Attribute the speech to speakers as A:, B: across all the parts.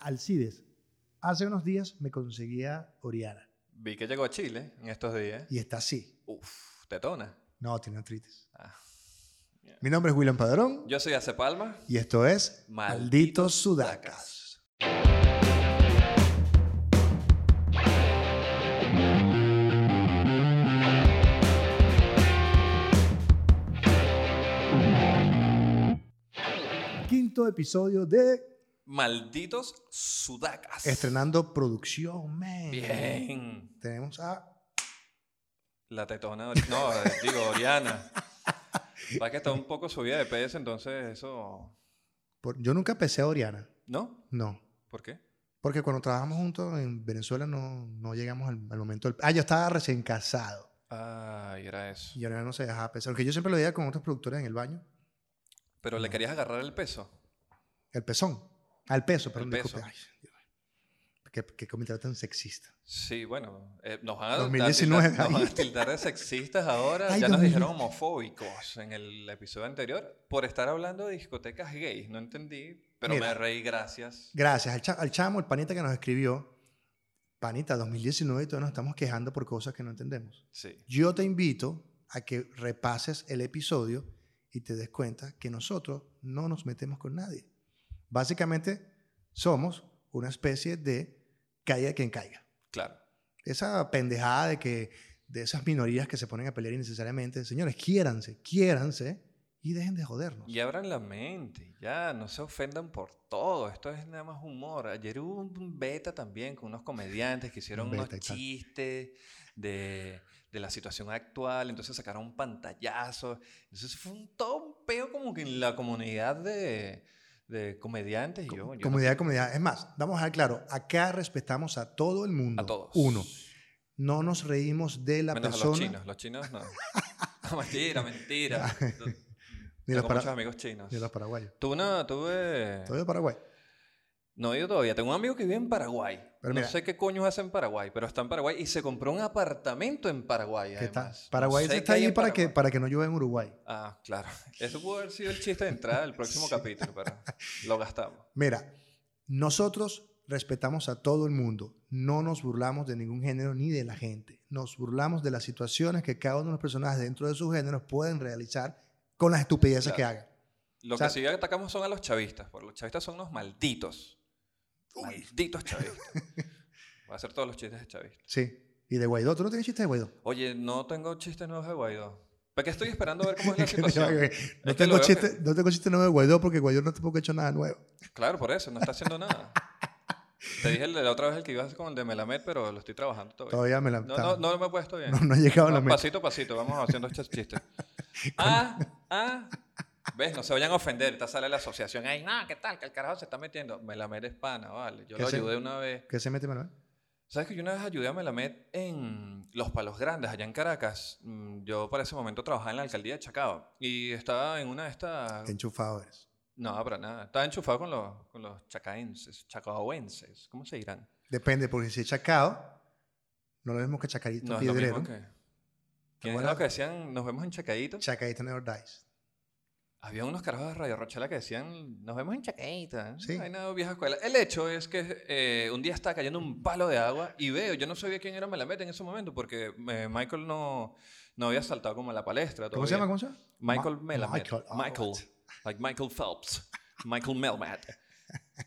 A: Alcides, hace unos días me conseguía Oriana
B: Vi que llegó a Chile en estos días.
A: y está así.
B: Uf, tetona.
A: No, tiene artritis.
B: Ah. Yeah.
A: Mi nombre es William Padrón
B: Yo soy Ace Palma.
A: y esto es Malditos
B: Malditos
A: Sudacas. Quinto episodio de
B: Malditos sudacas.
A: Estrenando Producción, man.
B: Bien.
A: Tenemos a
B: La tetona. Ori- No, eh, digo, Oriana. Va que está un poco subida de peso, entonces eso.
A: Por- yo nunca pesé a Oriana,
B: ¿No?
A: no.
B: ¿Por qué?
A: Porque cuando trabajamos juntos en Venezuela no, no llegamos al, al momento del... Ah, yo estaba recién casado.
B: Ay, Ah, era eso.
A: Y Oriana no se dejaba pesar. Porque yo siempre lo veía con otros productores en el baño.
B: Pero le querías agarrar el peso.
A: El pezón. Al peso, perdón.
B: peso.
A: disculpe. Ay, Dios mío. qué, qué comentario tan sexista.
B: Sí, bueno, eh, nos van a
A: 2019
B: tildar, nos
A: ahí.
B: van a tildar de sexistas ahora.
A: Ay,
B: ya nos
A: 2000.
B: dijeron homofóbicos en el episodio anterior por estar hablando de discotecas gays. No entendí, pero
A: Mira.
B: me reí, gracias.
A: Gracias al, cha- al chamo, el panita que nos escribió. Panita, 2019 y todavía nos estamos quejando por cosas que no entendemos.
B: Sí.
A: Yo te invito a que repases el episodio y te des cuenta que nosotros no nos metemos con nadie. Básicamente, somos una especie de caiga quien caiga.
B: Claro.
A: Esa pendejada de que de esas minorías que se ponen a pelear innecesariamente, señores, quiéranse, quiéranse y dejen de jodernos.
B: Y abran la mente, ya, no se ofendan por todo. Esto es nada más humor. Ayer hubo un beta también con unos comediantes que hicieron
A: Un
B: unos
A: beta y tal.
B: chistes de, de la situación actual, entonces sacaron pantallazos. Entonces fue un todo un peo como que en la comunidad de, de comediantes. y yo, yo no-
A: Comunidad, comunidad. Es más, vamos a dejar claro, acá respetamos a todo el mundo.
B: a todos.
A: Uno, no nos reímos de la
B: Menos a los
A: persona
B: chinos, los chinos no. No, mentira, mentira.
A: ni
B: Tengo
A: los, para-
B: muchos amigos chinos.
A: ni los paraguayos.
B: Tú eh, no, tuve...
A: Todo de Paraguay.
B: No he ido todavía. Tengo un amigo que vive en Paraguay.
A: Pero
B: no
A: mira.
B: sé qué coño hace en Paraguay, pero está en Paraguay y se compró un apartamento en Paraguay.
A: ¿Qué tal?
B: además. No
A: Paraguay
B: sé
A: está
B: qué hay
A: ahí
B: en
A: para que,
B: Paraguay.
A: para que no llueva en Uruguay.
B: Ah, claro. Eso pudo haber sido el chiste de entrada del próximo
A: Sí.
B: capítulo, pero lo gastamos.
A: Mira, nosotros respetamos a todo el mundo. No nos burlamos de ningún género ni de la gente. Nos burlamos de las situaciones que cada uno de los personajes dentro de sus géneros pueden realizar con las estupideces
B: Claro.
A: que hagan.
B: Lo
A: O sea-
B: que sí atacamos son a los chavistas, porque los chavistas son unos malditos.
A: Uy.
B: Malditos chavistas. Voy a hacer todos los chistes de chavistas.
A: Sí. Y de Guaidó, ¿tú no tienes chiste de Guaidó?
B: Oye, no tengo chistes nuevos de Guaidó. Porque estoy esperando a ver cómo es la
A: Que te
B: situación.
A: valga- no,
B: Es que lo
A: tengo
B: veo
A: chiste,
B: que-
A: no tengo chiste nuevo de Guaidó porque Guaidó no tampoco ha hecho nada nuevo.
B: Claro, por eso, no está haciendo nada. Te dije el de la otra vez el que ibas con el de Melamed, pero lo estoy trabajando todavía.
A: Todavía me la...
B: No, no, no me he puesto bien.
A: no, no he llegado a la
B: Va-
A: meta.
B: pasito a pasito, vamos haciendo estos chistes. Ah, ah. ¿Ves? No se vayan a ofender. Te sale la asociación. Ay, no, ¿qué tal? Que el carajo se está metiendo. Melamed es pana, vale. Yo
A: ¿Qué
B: lo
A: se-
B: ayudé una vez.
A: ¿Qué se mete, Manuel?
B: ¿Sabes que yo una vez ayudé a Melamed en Los Palos Grandes, allá en Caracas? Mm, Yo para ese momento trabajaba en la alcaldía de Chacao. Y estaba en una de estas...
A: Enchufado eres.
B: No, para nada. Estaba enchufado con los, con los chacaenses, chacaoenses. ¿Cómo se dirán?
A: Depende, porque si es Chacao, no lo mismo que Chacarito
B: No es lo
A: Piedrero.
B: mismo que... ¿Quién era
A: acuerdas?
B: lo que decían? Nos vemos en Chacaíto.
A: Chacarito Never Dies.
B: Había unos carajos de Radio Rochela que decían, nos vemos en Chacaita.
A: Sí.
B: Hay nada vieja escuela. El hecho es que eh, un día estaba cayendo un palo de agua y veo, yo no sabía quién era Melamed en ese momento porque eh, Michael no, no había saltado como a la palestra.
A: ¿Cómo se llama?
B: todavía.
A: ¿Cómo se llama?
B: Michael
A: Ma-
B: Melamed.
A: Michael,
B: Michael.
A: oh, what?
B: like Michael Phelps. Michael Melamed.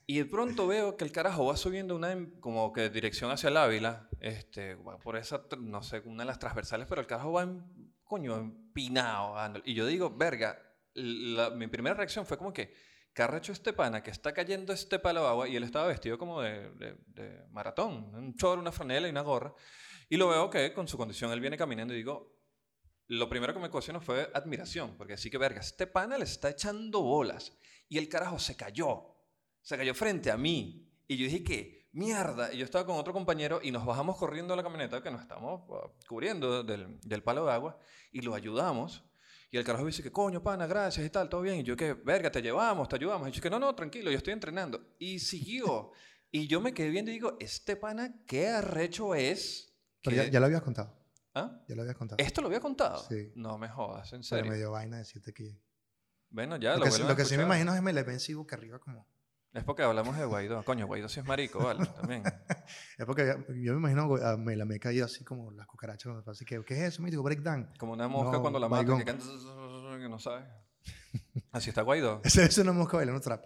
B: Y de pronto veo que el carajo va subiendo una em- como que dirección hacia el Ávila, este, va por esa, tr- no sé, una de las transversales, pero el carajo va, en, coño, empinado. dándole. Y yo digo, verga, la- mi primera reacción fue como que, carracho este pana, que está cayendo este palo de agua, y él estaba vestido como de, de- de maratón, un chor, una franela y una gorra, y lo veo que con su condición él viene caminando y digo, lo primero que me cocinó fue admiración, porque sí que verga, este pana le está echando bolas y el carajo se cayó, se cayó frente a mí y yo dije que mierda, y yo estaba con otro compañero y nos bajamos corriendo a la camioneta que nos estamos ah, cubriendo del, del palo de agua y lo ayudamos. Y el carajo dice que coño, pana, gracias y tal, todo bien. Y yo que, verga, te llevamos, te ayudamos. Y yo que, no, no, tranquilo, yo estoy entrenando. Y siguió. y yo me quedé viendo y digo, este pana, qué arrecho es.
A: Pero ya,
B: que-
A: ya lo habías contado.
B: ¿Ah?
A: Ya lo habías contado.
B: ¿Esto lo había contado?
A: Sí.
B: No me jodas, en
A: Pero
B: serio.
A: me dio vaina decirte que...
B: Bueno, ya
A: Lo
B: lo
A: que, sí-
B: vuelven a
A: lo que sí me
B: escuchar.
A: imagino es Melepensi boca arriba como...
B: Es porque hablamos de Guaidó. Coño, Guaidó sí es marico, vale, también.
A: Es porque yo- yo me imagino a Mela me he caído así como las cucarachas. me parece que, ¿Qué es eso? Me dijo breakdown.
B: Como una mosca
A: No,
B: cuando la matan,
A: Baigón.
B: que canta que no sabe. Así está Guaidó.
A: Ese es una mosca bailando trap.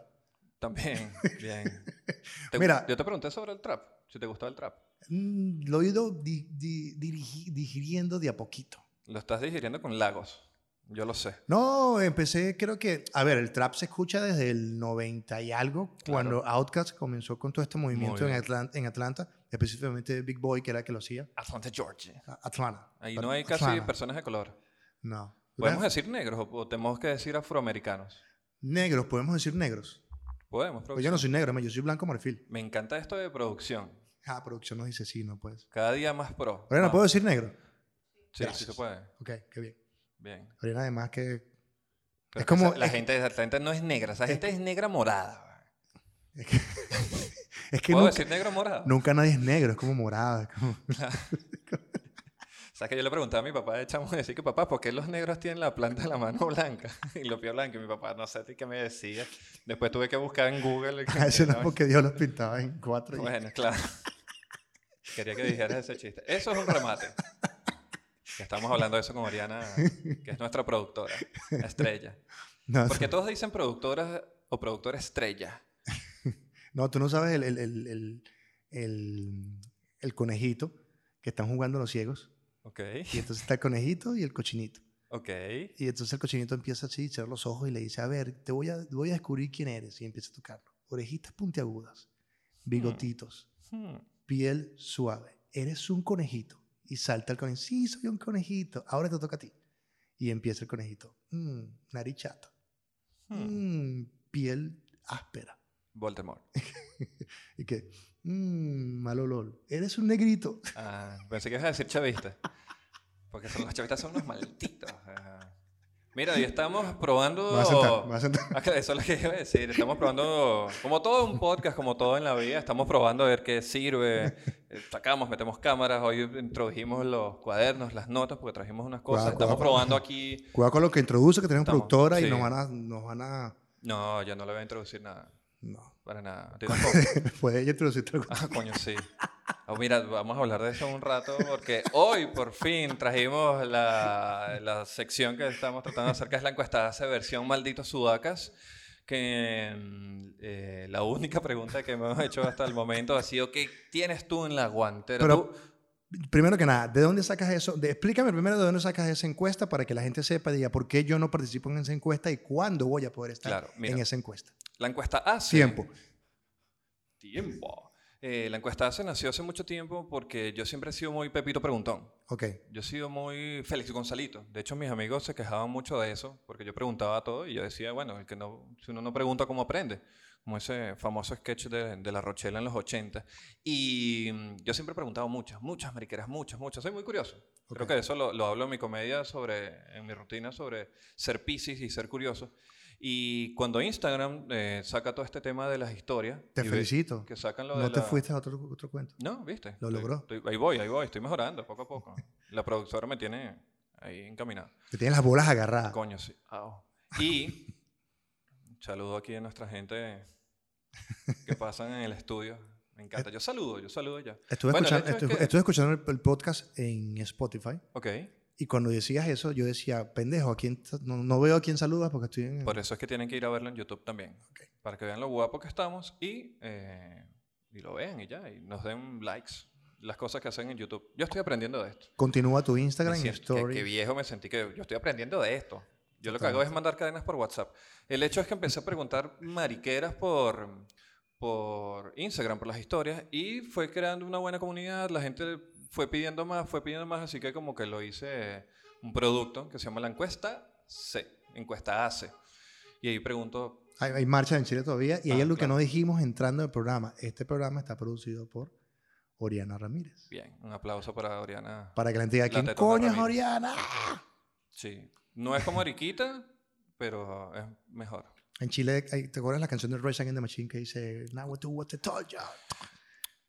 B: También, bien. Te-
A: Mira.
B: Yo te pregunté sobre el trap, si te gustaba el trap.
A: Mm, Lo he ido di- di- dirigi- digiriendo de a poquito.
B: Lo estás digiriendo con lagos. Yo lo sé.
A: No, empecé, creo que, a ver, el trap se escucha desde el 90 y algo,
B: Claro.
A: cuando Outkast comenzó con todo este movimiento en,
B: bien.
A: Atlan- en Atlanta, específicamente Big Boy, que era el que lo hacía.
B: Atlanta, Georgia.
A: A- Atlanta.
B: Ahí
A: Pero-
B: no hay casi
A: Atlanta,
B: personas de color.
A: No.
B: Podemos decir negros o, o tenemos que decir afroamericanos.
A: Negros, podemos decir negros.
B: Podemos,
A: Pues yo
B: producción.
A: no soy negro, yo soy blanco marfil.
B: Me encanta esto de producción.
A: Ah, producción nos dice sí, no puedes.
B: Cada día más pro.
A: Oriana,
B: Vamos.
A: ¿puedo decir negro?
B: Sí, sí
A: Gracias.
B: se puede.
A: Ok, qué bien.
B: Bien.
A: Oriana, además que...
B: Pero
A: Es como-
B: esa- la
A: es-
B: gente de Atlanta no es negra, esa gente es negra morada.
A: Es que, es que
B: ¿Puedo
A: nunca,
B: decir negro morada?
A: nunca nadie es negro, es como morado. es como-
B: O sea, que yo le preguntaba a mi papá de chamo, decía que papá, ¿por qué los negros tienen la planta de la mano blanca? y lo piel blanco, y mi papá, no sé a ti qué me decía. Después tuve que buscar en Google. que-
A: Ah, Eso no es
B: que-
A: porque Dios los pintaba en cuatro. y-
B: Bueno, claro. Quería que dijeras ese chiste. Eso es un remate. Que Estamos hablando de eso con Oriana, que es nuestra productora estrella.
A: No,
B: Porque todos dicen productora o productora estrella.
A: No, tú no sabes el, el- el- el- el- el conejito que están jugando los ciegos.
B: Ok,
A: Y entonces está el conejito y el cochinito.
B: ok.
A: Y entonces el cochinito empieza así, cerrar los ojos y le dice, a ver, te voy a, voy a descubrir quién eres. Y empieza a tocarlo. Orejitas puntiagudas,
B: Mm.
A: bigotitos,
B: Hmm.
A: piel suave. Eres un conejito. Y salta el conejito. Sí, soy un conejito. Ahora te toca a ti. Y empieza el conejito. "Mm, nariz chata.
B: hmm.
A: "Mm, piel áspera.
B: Voldemort.
A: Y que, "Mm, mal olor. Eres un negrito.
B: Ah, pensé que ibas a decir chavista. Porque son- los chavistas son unos malditos. Ajá. Mira, y estamos probando...
A: Me voy a sentar, me voy a sentar.
B: Ah, claro, Eso es lo que iba a decir. Estamos probando, como todo un podcast, como todo en la vida, estamos probando a ver qué sirve. Eh, Sacamos, metemos cámaras. Hoy introdujimos los cuadernos, las notas, porque trajimos unas cosas.
A: Cuadra-
B: estamos
A: cuadra-
B: probando aquí.
A: Cuidado con lo que introduce, que tenemos
B: Estamos,
A: productora
B: sí.
A: y nos van a... Nos van a
B: No, yo no le voy a introducir nada.
A: no.
B: Para nada. ¿A ti tampoco?
A: Puede ella introducir algo.
B: Ah, coño, sí. Ah, mira, vamos a hablar de eso un rato porque hoy por fin trajimos la, la sección que estamos tratando acerca es la encuesta hace versión Malditos Sudacas. Que mm, eh, la única pregunta que me hemos hecho hasta el momento ha sido: ¿Qué tienes tú en la guantera?
A: Pero-
B: Tú-
A: Primero que nada, ¿de dónde sacas eso? De- explícame primero de dónde sacas esa encuesta para que la gente sepa, diga, por qué yo no participo en esa encuesta y cuándo voy a poder estar
B: Claro, mira.
A: en esa encuesta.
B: la encuesta hace.
A: Tiempo.
B: Tiempo. Eh, la encuesta hace nació hace mucho tiempo porque yo siempre he sido muy Pepito Preguntón.
A: Ok.
B: Yo he sido muy Félix Gonzalito. De hecho, mis amigos se quejaban mucho de eso, porque yo preguntaba todo y yo decía, bueno, el que no, si uno no pregunta, ¿cómo aprende? Como ese famoso sketch de, de La Rochela en los 80. Y mm, yo siempre he preguntado muchas, muchas mariqueras, muchas, muchas. Soy muy curioso. Creo
A: Ok.
B: que eso lo, lo hablo en mi comedia, sobre, en mi rutina sobre ser piscis y ser curioso. Y cuando Instagram eh, saca todo este tema de las historias...
A: Te
B: y ve-
A: felicito.
B: Que sacan lo
A: No
B: de
A: te
B: la-
A: fuiste a otro, otro cuento.
B: no, viste.
A: Lo
B: Estoy-
A: logró.
B: estoy- ahí voy, ahí voy, estoy mejorando poco a poco. La productora me tiene ahí encaminado.
A: Te tienes las bolas agarradas.
B: Coño, sí. Au. Y saludo aquí a nuestra gente que pasan en el estudio. Me encanta. Yo saludo, yo saludo ya.
A: Estuve,
B: Bueno, el
A: escuchando,
B: hecho es
A: estuve,
B: que-
A: estuve escuchando el, el podcast en Spotify
B: Ok.
A: y cuando decías eso, yo decía, pendejo, ¿a quién t- no, no veo a quién saludas porque estoy en...
B: Por eso es que tienen que ir a verlo en YouTube también. Para que vean lo guapo que estamos y, eh, y lo vean y ya. Y nos den likes. Las cosas que hacen en YouTube. Yo estoy aprendiendo de esto.
A: Continúa tu
B: Me
A: Instagram y
B: siento- que-
A: Story.
B: que viejo me sentí que yo estoy aprendiendo de esto. Yo lo que hago
A: Totalmente.
B: es mandar cadenas por WhatsApp. El hecho es que empecé a preguntar mariqueras por, por Instagram, por las historias, y fue creando una buena comunidad. La gente fue pidiendo más, fue pidiendo más, así que como que lo hice un producto que se llama la encuesta C, encuesta AC. Y ahí pregunto,
A: Hay, hay marchas en Chile todavía y hay
B: Ah,
A: algo que
B: claro.
A: no dijimos entrando al programa. Este programa está producido por Oriana Ramírez.
B: bien, un aplauso para Oriana.
A: Para que la gente diga,
B: La
A: ¿quién
B: tetona
A: coño es
B: Ramírez.
A: Oriana?
B: Sí, no es como Ariquita, pero es mejor.
A: En Chile, hay- ¿te acuerdas la canción de Rage Against the Machine que dice, Now what do what te toya?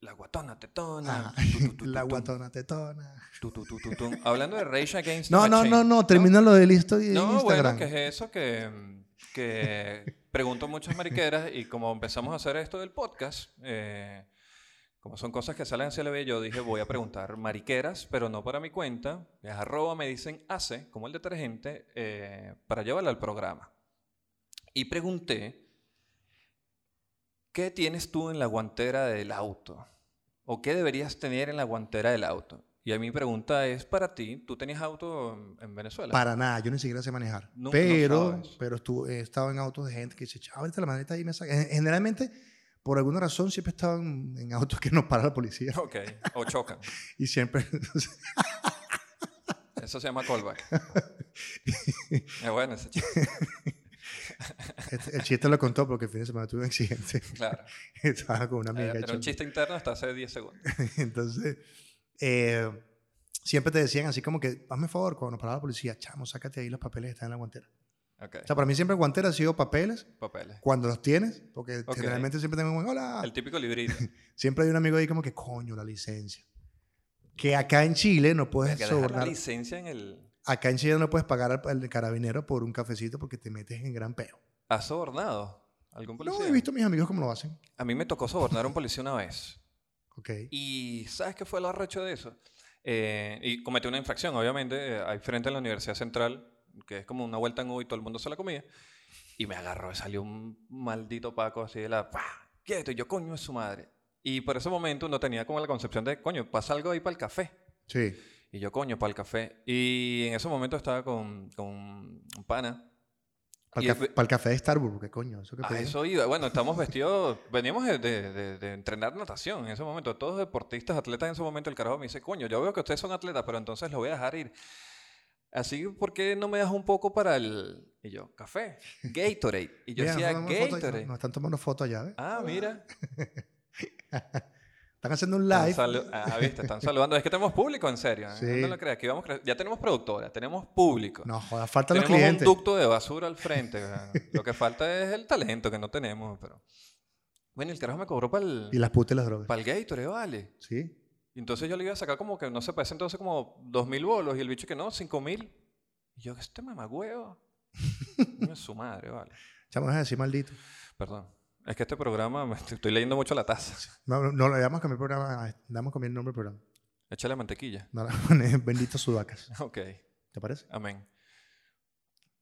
B: La guatona, tetona.
A: Ah,
B: tu, tu, tu, tu,
A: La
B: tu.
A: guatona tetona.
B: Tu, tu, tu, tu, tu. Hablando de Rage Against the
A: No, no,
B: Machine.
A: no, no, termina lo del listo y de
B: No, bueno,
A: Instagram.
B: que es eso que, que pregunto muchas mariqueras y como empezamos a hacer esto del podcast, eh, como son cosas que salen en CLB, yo dije voy a preguntar mariqueras, pero no para mi cuenta. Es arroba, me dicen hace, como el detergente, eh, para llevarla al programa. Y pregunté, ¿qué tienes tú en la guantera del auto? ¿O qué deberías tener en la guantera del auto? Y a mi pregunta es para ti, ¿tú tenías auto en, en Venezuela?
A: Para nada, yo ni siquiera sé manejar.
B: No- no
A: pero
B: sabes.
A: pero estuve, he estado en autos de gente que dice, ahorita la maleta ahí me saca. Gen- Generalmente, por alguna razón, siempre estaban en autos que no para la policía.
B: Ok, o chocan.
A: Y siempre, entonces,
B: Eso se llama callback. Es bueno ese chiste,
A: este- el chiste lo contó porque el fin de semana tuve un accidente.
B: claro.
A: Estaba con una amiga.
B: Era Ah, un
A: echando-
B: chiste interno hasta hace 10 segundos.
A: Entonces, eh, siempre te decían así como que, hazme favor, cuando nos paraba la policía, chamo, sácate ahí los papeles que están en la guantera.
B: Ok,
A: O sea, para mí siempre guantera ha sido papeles,
B: papeles.
A: cuando los tienes, porque
B: Ok.
A: generalmente siempre tengo un, hola.
B: El típico librito.
A: Siempre hay un amigo ahí como que, coño, la licencia. Que acá en Chile no puedes
B: Hay que dejar la
A: sobornar.
B: licencia en el...
A: Acá en Chile no puedes pagar al, al carabinero por un cafecito porque te metes en gran peo.
B: ¿Has sobornado a algún policía?
A: No, he visto a mis amigos cómo lo hacen.
B: A mí me tocó sobornar a un policía una vez.
A: Ok.
B: Y ¿sabes qué fue lo arrecho de eso? Eh, y cometí una infracción, obviamente, eh, ahí frente a la Universidad Central, que es como una vuelta en U y todo el mundo se la comía. Y me agarró, y salió un maldito Paco así de la... ¡pah! Quieto, y yo coño es su madre. Y por ese momento uno tenía como la concepción de, coño, pasa algo ahí para el café.
A: Sí.
B: Y yo, coño, para el café. Y en ese momento estaba con, con un pana.
A: Para
B: Y
A: el,
B: es-
A: café- para el café de Starbucks, porque coño, eso que
B: A
A: pedí.
B: eso iba. Bueno, estamos vestidos, veníamos de, de- de- de entrenar natación en ese momento. Todos deportistas, atletas en ese momento. El carajo me dice, coño, yo veo que ustedes son atletas, pero entonces lo voy a dejar ir. Así, ¿por qué no me das un poco para el...? Y yo, café, Gatorade. Y yo
A: Mira,
B: decía,
A: nos toman fotos-
B: Gatorade.
A: nos, nos están tomando fotos allá, ¿ves?
B: Ah, mira.
A: Están haciendo un
B: Están
A: live.
B: salu- ah, viste, están saludando. Es que tenemos público, en serio. ¿eh?
A: Sí.
B: No lo creas. Aquí vamos cre- ya tenemos productora, tenemos público.
A: No, joda, faltan los
B: Tenemos un
A: clientes.
B: ducto de basura al frente. ¿verdad? Lo que falta es el talento que no tenemos, pero... Bueno, el carajo me cobró para el...
A: Y las putas y las drogas.
B: pues, Para el Gatorade, ¿eh? vale.
A: Sí.
B: Y entonces yo le iba a sacar como que, no sé, parece entonces como dos mil bolos. Y el bicho que no, cinco mil. Y yo, este mamagüeo. Coño, su madre, vale.
A: Chamo, deja de decir maldito.
B: Perdón. Es que este programa, me estoy, estoy leyendo mucho la taza.
A: No, no, no le damos a cambiar el programa, le damos a cambiar el nombre del programa.
B: Échale mantequilla.
A: No le pones bendito sudacas.
B: Ok,
A: ¿Te parece?
B: amén.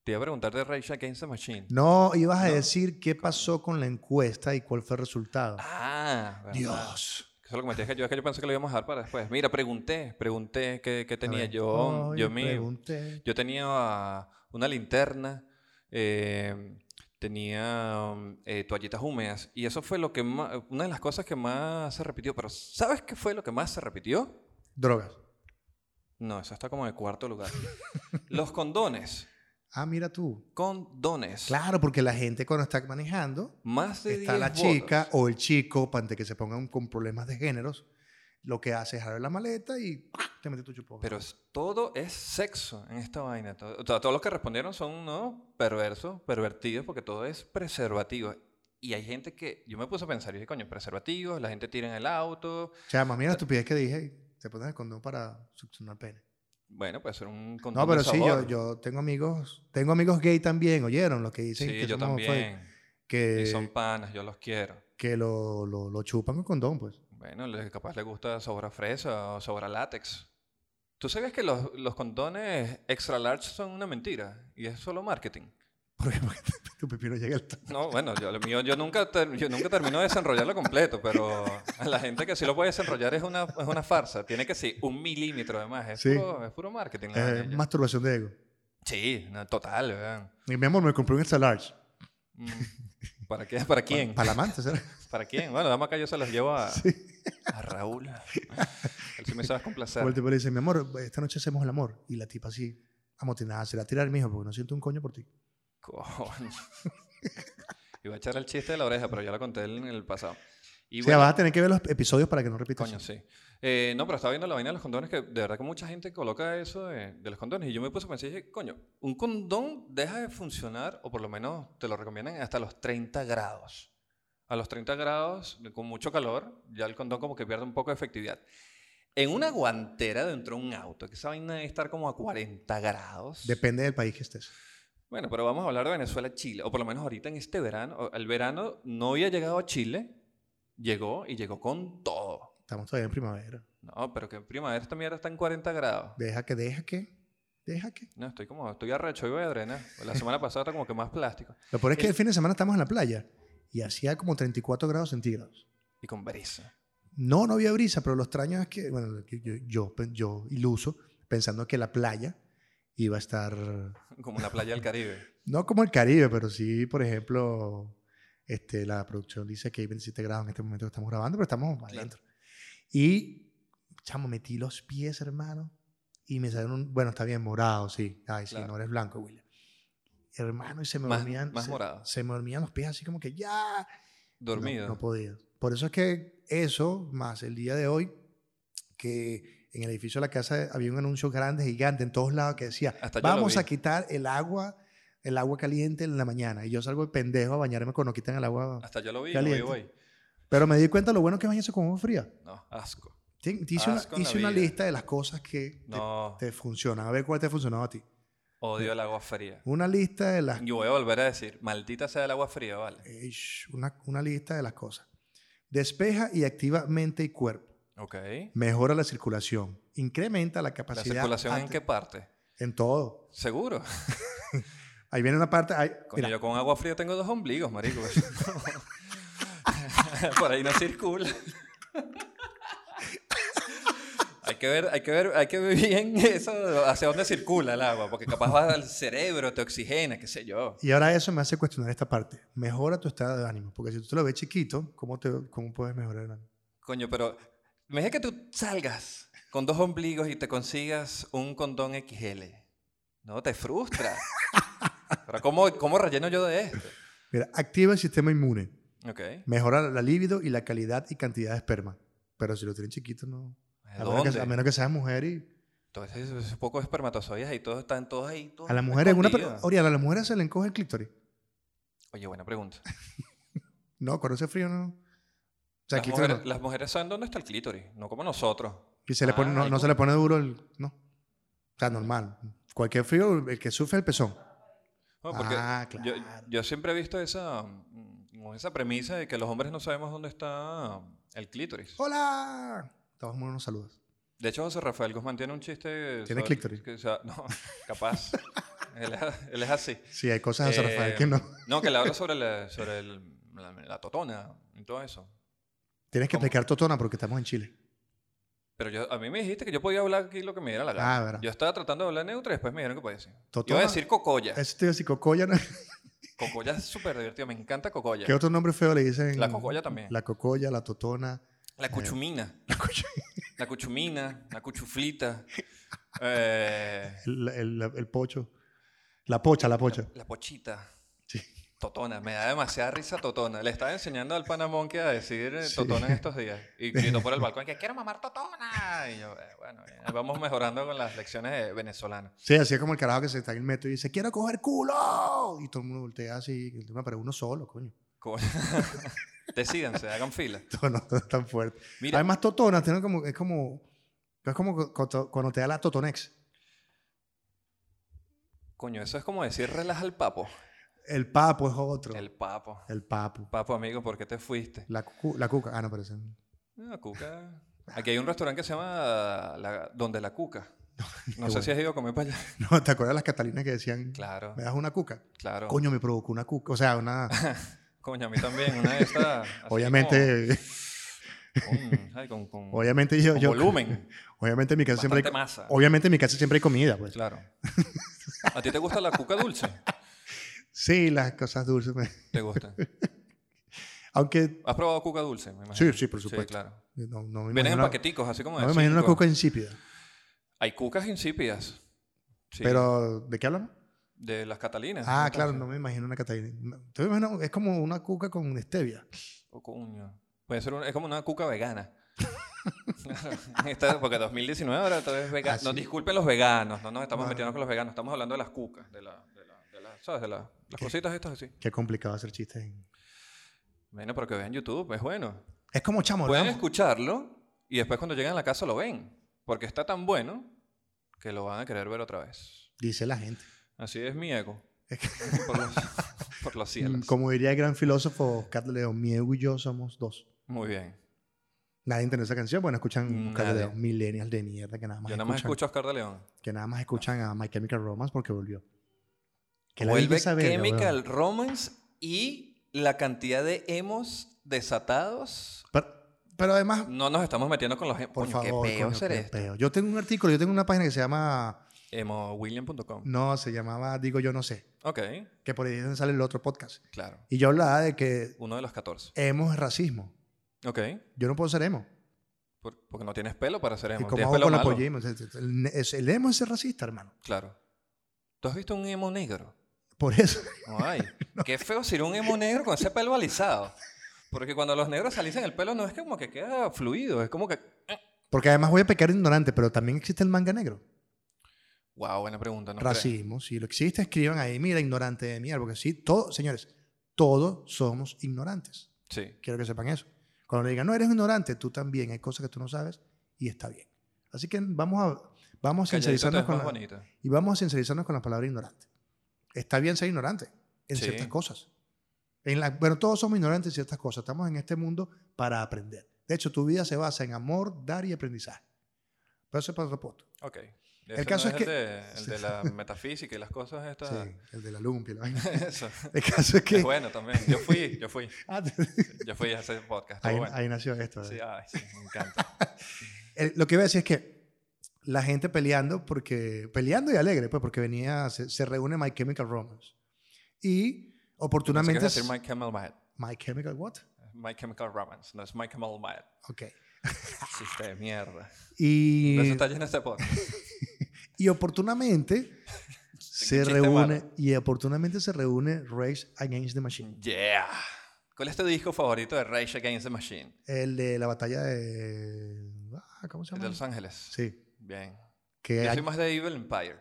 B: Te iba a preguntar de Rage Against the Machine.
A: No, ibas a
B: No.
A: decir qué pasó con la encuesta y cuál fue el resultado.
B: Ah, verdad.
A: Dios.
B: Eso lo cometí, es que yo, es que yo pensé que lo íbamos a dejar para después. Mira, pregunté, pregunté qué, qué
A: A
B: tenía
A: ver.
B: yo.
A: Hoy
B: yo mi,
A: pregunté.
B: Yo tenía una linterna, eh, tenía um, eh, toallitas húmedas y eso fue lo que más, una de las cosas que más se repitió. Pero ¿sabes qué fue lo que más se repitió?
A: Drogas.
B: No, eso está como en el cuarto lugar. Los condones,
A: Ah, mira tú.
B: condones.
A: Claro, porque la gente cuando está manejando,
B: Más de
A: está la
B: 10
A: chica
B: votos.
A: o el chico, para antes que se pongan con problemas de géneros, lo que hace es jalar la maleta y ¡ah! te mete tu chupón.
B: Pero es- todo es sexo en esta vaina. Todo- o sea, todos los que respondieron son no perversos, pervertidos, porque todo es preservativo. Y hay gente que, yo me puse a pensar, y dije, coño, preservativos, la gente tira en el auto,
A: Chama, mira la estupidez que dije. y Te pones el condón para succionar pene.
B: Bueno, puede ser un
A: No,
B: condón de
A: pero sí, yo,
B: sabor.
A: yo tengo amigos, tengo amigos gay también, oyeron lo que dicen.
B: Sí,
A: que
B: yo
A: somos fue-
B: también. Y
A: que
B: son panas, yo los quiero.
A: que lo, lo, lo chupan con condón, pues.
B: Bueno, le- capaz le gusta sobra fresa o sobra látex. ¿Tú sabías que los, los condones extra large son una mentira? Y es solo marketing.
A: Porque tu pepino llega al tope.
B: No, bueno, yo, lo mío- yo, nunca, ter- yo nunca termino de desenrollarlo completo, pero a la gente que sí lo puede desenrollar es una, es una farsa. Tiene que sí, un milímetro además. Es,
A: Sí.
B: puro, es puro marketing. la
A: Eh,
B: vainilla.
A: masturbación de ego.
B: Sí, no, total, ¿verdad?
A: Y mi amor, me compré un extra large.
B: Mm, ¿Para qué? ¿Para quién?
A: Para la amante, ¿será?
B: ¿Para quién? Bueno, dama acá yo se los llevo a,
A: Sí.
B: a Raúl. Él sí me sabes complacer.
A: O el tipo le dice, mi amor, esta noche hacemos el amor. Y la tipa así, amotinada, se la tira al mijo porque no siento un coño por ti.
B: Coño. Iba a echar el chiste de la oreja, pero ya lo conté en el pasado. Y
A: o sea,
B: bueno,
A: vas a tener que ver los episodios para que no repitas.
B: coño, sí. Eh, no, pero estaba viendo la vaina de los condones que de verdad que mucha gente coloca eso de, de los condones. Y yo me puse a pensar, y dije, coño, un condón deja de funcionar, o por lo menos te lo recomiendan, hasta los 30 grados. A los 30 grados, con mucho calor, ya el condón como que pierde un poco de efectividad. En una guantera dentro de un auto, que esa vaina debe estar como a 40 grados.
A: Depende del país que estés.
B: Bueno, pero vamos a hablar de Venezuela, Chile, o por lo menos ahorita en este verano. O- El verano no había llegado a Chile, llegó y llegó con todo.
A: Estamos todavía en primavera.
B: No, pero que en primavera esta mierda está en 40 grados.
A: Deja que, deja que, deja que.
B: No, estoy como, estoy arrecho y voy a drenar. La semana pasada está como que más plástico.
A: Lo peor es que
B: El-
A: el fin de semana estamos en la playa y hacía como 34 grados centígrados.
B: Y con brisa.
A: No, no había brisa, pero lo extraño es que, bueno, yo, yo, yo- yo iluso, pensando que la playa iba a estar,
B: Como la playa del Caribe.
A: no como el Caribe, pero sí, por ejemplo, este, la producción dice que hay 27 grados en este momento que estamos grabando, pero estamos adentro. Y, chamo, metí los pies, hermano, y me salieron, un- bueno, está bien, morado, sí. Ay, sí,
B: Claro.
A: no eres blanco, William. Hermano, y se me
B: Más-
A: dormían.
B: más
A: se-
B: morado.
A: Se me dormían los pies así como que ya. No,
B: Dormido.
A: No, podía. Por eso es que eso, más el día de hoy, que en el edificio de la casa había un anuncio grande, gigante, en todos lados, que decía,
B: Hasta yo lo
A: vamos
B: vi".
A: a quitar el agua, el agua caliente en la mañana. Y yo salgo de pendejo a bañarme cuando quitan el agua.
B: Hasta yo lo vi,
A: Caliente.
B: lo vi hoy.
A: Pero me di cuenta lo bueno que es bañarse con agua fría.
B: No, asco.
A: Te- te Hice, una,
B: Asco en la
A: hice una
B: vida.
A: lista de las cosas que te-
B: No,
A: te, funcionan. A ver cuál te ha funcionado a ti.
B: odio el agua fría.
A: Una lista de las
B: Yo voy a volver a decir, maldita sea el agua fría, vale.
A: eh, sh- una, una lista de las cosas. Despeja y activa mente y cuerpo.
B: Ok.
A: mejora la circulación, incrementa la
B: ¿La
A: capacidad.
B: circulación en
A: ante-
B: qué parte?
A: en todo.
B: Seguro.
A: Ahí viene una parte. ahí-
B: Coño,
A: mira,
B: yo con agua fría tengo dos ombligos, marico. Por ahí no circula. hay que ver, hay que ver, hay que ver bien eso, hacia dónde circula el agua, porque capaz va al cerebro, te oxigena, qué sé yo.
A: y ahora eso me hace cuestionar esta parte. Mejora tu estado de ánimo, porque si tú te lo ves chiquito, ¿cómo, te, cómo puedes mejorar el ánimo?
B: Coño, pero imagina que tú salgas con dos ombligos y te consigas un condón XL. No, te frustra. pero ¿cómo, cómo relleno yo de esto?
A: Mira, activa el sistema inmune,
B: Ok.
A: mejora la libido y la calidad y cantidad de esperma. Pero si lo tienen chiquito, no. A menos, que, a
B: ¿Dónde?
A: menos que seas mujer y.
B: Entonces, esos pocos espermatozoides ahí, todos están todos ahí. todos
A: A las mujeres, una,
B: escondidos.
A: Oriana, a las mujeres se le encoge el clítoris.
B: Oye, buena pregunta.
A: No, cuando hace frío, no. O sea,
B: Las
A: clítoris
B: mujeres,
A: no.
B: las mujeres saben dónde está el clítoris, no como nosotros.
A: Y se le pone,
B: Ah,
A: no,
B: hay
A: no se le pone duro el. No. O sea, normal. Cualquier frío, el que sufre es el pezón.
B: No, porque
A: Ah,
B: yo,
A: claro.
B: yo siempre he visto esa, mm, como esa premisa de que los hombres no sabemos dónde está el clítoris.
A: Oh. ¡Hola! Todo el mundo nos saluda.
B: De hecho, José Rafael Guzmán tiene un chiste.
A: ¿Tiene
B: sobre-
A: clítoris?
B: que, o sea, no, capaz. él, es, él es así.
A: Sí, hay cosas de San
B: Eh,
A: Rafael que no.
B: No, que le habla sobre, la, sobre el- la, la totona y todo eso.
A: Tienes que
B: ¿cómo?
A: explicar Totona porque estamos en Chile.
B: Pero yo, a mí me dijiste que yo podía hablar aquí lo que me diera la gana.
A: Ah, verdad.
B: Yo estaba tratando de hablar neutro y después me dijeron que podía decir. Yo
A: Totona.
B: iba a decir cocoya.
A: Eso te iba a decir Cocoya. ¿no?
B: Cocoya es súper divertido. Me encanta cocoya.
A: ¿Qué otro nombre feo le dicen?
B: La Cocoya también.
A: La Cocoya, la Totona.
B: La cuchumina.
A: la Cocoya.
B: La cuchumina. La cuchuflita. eh,
A: El, el- el Pocho. La Pocha, la Pocha.
B: la pochita.
A: Sí.
B: Totona. Me da demasiada risa Totona. Le estaba enseñando al panamón que a decir eh,
A: Sí.
B: Totona en estos días. Y gritó por el balcón que quiero mamar Totona. Y yo, eh, bueno, eh, vamos mejorando con las lecciones eh, venezolanas.
A: Sí, así es como el carajo que se está en el metro y dice: ¡Quiero coger culo! Y todo el mundo voltea así. y el tema, Pero uno solo, coño.
B: Co- Decídanse, hagan fila.
A: Esto no es tan fuerte.
B: Mira,
A: Además, Totona tiene como, es como. Es como cu- cu- cuando te da la Totonex.
B: coño, eso es como decir relaja al papo.
A: El papo es otro.
B: El papo.
A: El papo.
B: Papo, amigo, ¿por qué te fuiste?
A: La, cucu- la cuca. Ah, no, pero ese-
B: No, Eh, Cuca. Aquí hay un restaurante que se llama la- Donde la Cuca. No sé
A: bueno.
B: si has ido a comer para allá.
A: No, ¿te acuerdas las Catalinas que decían,
B: Claro,
A: me das una cuca?
B: claro.
A: Coño, me provocó una cuca. O sea, una...
B: Coño, a mí también. Una de estas. así
A: obviamente,
B: como- con, ay, con- con-
A: obviamente yo...
B: con
A: yo-
B: volumen.
A: Obviamente en mi casa siempre hay...
B: Bastante masa.
A: Obviamente en mi casa siempre hay comida, pues.
B: Claro. ¿A ti te gusta la cuca dulce?
A: Sí, las cosas dulces. me-
B: ¿Te gusta?
A: Aunque...
B: ¿Has probado cuca dulce? Me
A: Sí,
B: imagino?
A: sí, por
B: Sí,
A: supuesto.
B: claro.
A: No, no me
B: Vienen en
A: imagino,
B: paqueticos, así como
A: no me
B: de
A: imagino una
B: cinco.
A: cuca insípida.
B: Hay cucas insípidas. Sí,
A: Pero, ¿de qué hablamos?
B: De las catalinas.
A: Ah,
B: entonces.
A: claro, no me imagino una catalina. Tú me imaginas- Es como una cuca con stevia.
B: Oh, coño. Puede ser un- es como una cuca vegana. Esta- porque 2019 ahora todo es vegano.
A: Ah,
B: No
A: sí.
B: disculpen los veganos, no nos estamos
A: No,
B: metiendo con los veganos, estamos hablando de las cucas, de, la, de, la- de la- ¿sabes? De la- las cositas estas así.
A: Qué complicado hacer chistes. en-
B: Bueno, pero que vean YouTube, es bueno.
A: Es como chamo.
B: Pueden
A: hablamos-
B: escucharlo y después cuando llegan a la casa lo ven, porque está tan bueno que lo van a querer ver otra vez.
A: Dice la gente.
B: Así es mi ego. por los, por los cielos.
A: Mm, Como diría el gran filósofo Oscar de León, mi ego y yo somos dos.
B: Muy bien.
A: Nadie entendió esa canción, bueno, escuchan Oscar de
B: Mm, Nadie.
A: León, millennials de mierda que nada más
B: Yo nada
A: escuchan.
B: más escucho a Oscar de León.
A: Que nada más escuchan a My Chemical Romance porque volvió. Que la
B: Vuelve
A: diga esa verga,
B: Chemical
A: weón.
B: Romance y la cantidad de emos desatados.
A: Pero, pero además,
B: No nos estamos metiendo con los emos.
A: por
B: Coño,
A: favor,
B: qué peo
A: coño,
B: ser
A: qué
B: esto.
A: peo. Yo tengo un artículo, yo tengo una página que se llama,
B: Emowilliam.com.
A: no, se llamaba Digo Yo No Sé,
B: Ok,
A: que por ahí sale el otro podcast.
B: claro.
A: Y yo hablaba de que
B: Uno de los 14.
A: hemos es racismo.
B: Ok.
A: Yo no puedo ser emo.
B: por- porque no tienes pelo para ser
A: Y
B: emo.
A: como
B: Tienes
A: hago
B: pelo
A: con la
B: malo.
A: pollima. El, es- el emo es ser racista, hermano.
B: Claro. ¿Tú has visto un emo negro?
A: Por eso.
B: No hay. Qué feo ser un emo negro con ese pelo alisado. Porque cuando los negros se alisan el pelo no es que como que queda fluido, es como que...
A: Porque además voy a pecar de ignorante, pero también existe el manga negro.
B: Wow, buena pregunta. No sé.
A: Racismo. Si lo existe, escriban ahí, mira, ignorante de mierda. Porque sí, todos, señores, todos somos ignorantes.
B: Sí.
A: Quiero que sepan eso. Cuando le digan, no, eres ignorante, tú también. Hay cosas que tú no sabes y está bien. Así que vamos a, vamos a
B: Calladito te
A: sincerizarnos
B: ves
A: con
B: más
A: la,
B: bonito.
A: y vamos a sincerizarnos con la palabra ignorante. Está bien ser ignorante en
B: Sí.
A: ciertas cosas. En la, bueno, todos somos ignorantes en ciertas cosas. Estamos en este mundo para aprender. De hecho, tu vida se basa en amor, dar y aprendizaje. Pero eso es para otro podcast.
B: Ok.
A: El caso es que-
B: El de, el de la metafísica y las cosas estas...
A: Sí, el de la lumpia. la vaina.
B: Eso.
A: El caso es que...
B: Es bueno también. Yo fui, yo fui.
A: Ah,
B: Yo fui a ese podcast.
A: ahí,
B: estuvo bueno.
A: ahí nació esto. ¿eh?
B: Sí, ay, sí, me encanta.
A: El- lo que iba a decir es que la gente peleando porque peleando y alegre pues porque venía se, se reúne My Chemical Romance y
B: Pensé que
A: oportunamente
B: ibas a decir My Chemical Romance.
A: My Chemical what
B: My Chemical Romance. No es My Chemical Romance.
A: ok Ah.
B: Chiste de este mierda. De Eso
A: y,
B: está lleno este podcast.
A: y oportunamente se
B: chiste
A: reúne
B: malo.
A: y oportunamente se reúne Rage Against the Machine
B: Yeah. ¿Cuál es tu disco favorito de Rage Against the Machine?
A: el de la batalla de ah, cómo se
B: El de
A: llama
B: Los Ángeles.
A: sí
B: Bien.
A: que
B: Yo
A: hay-
B: soy más de Evil Empire.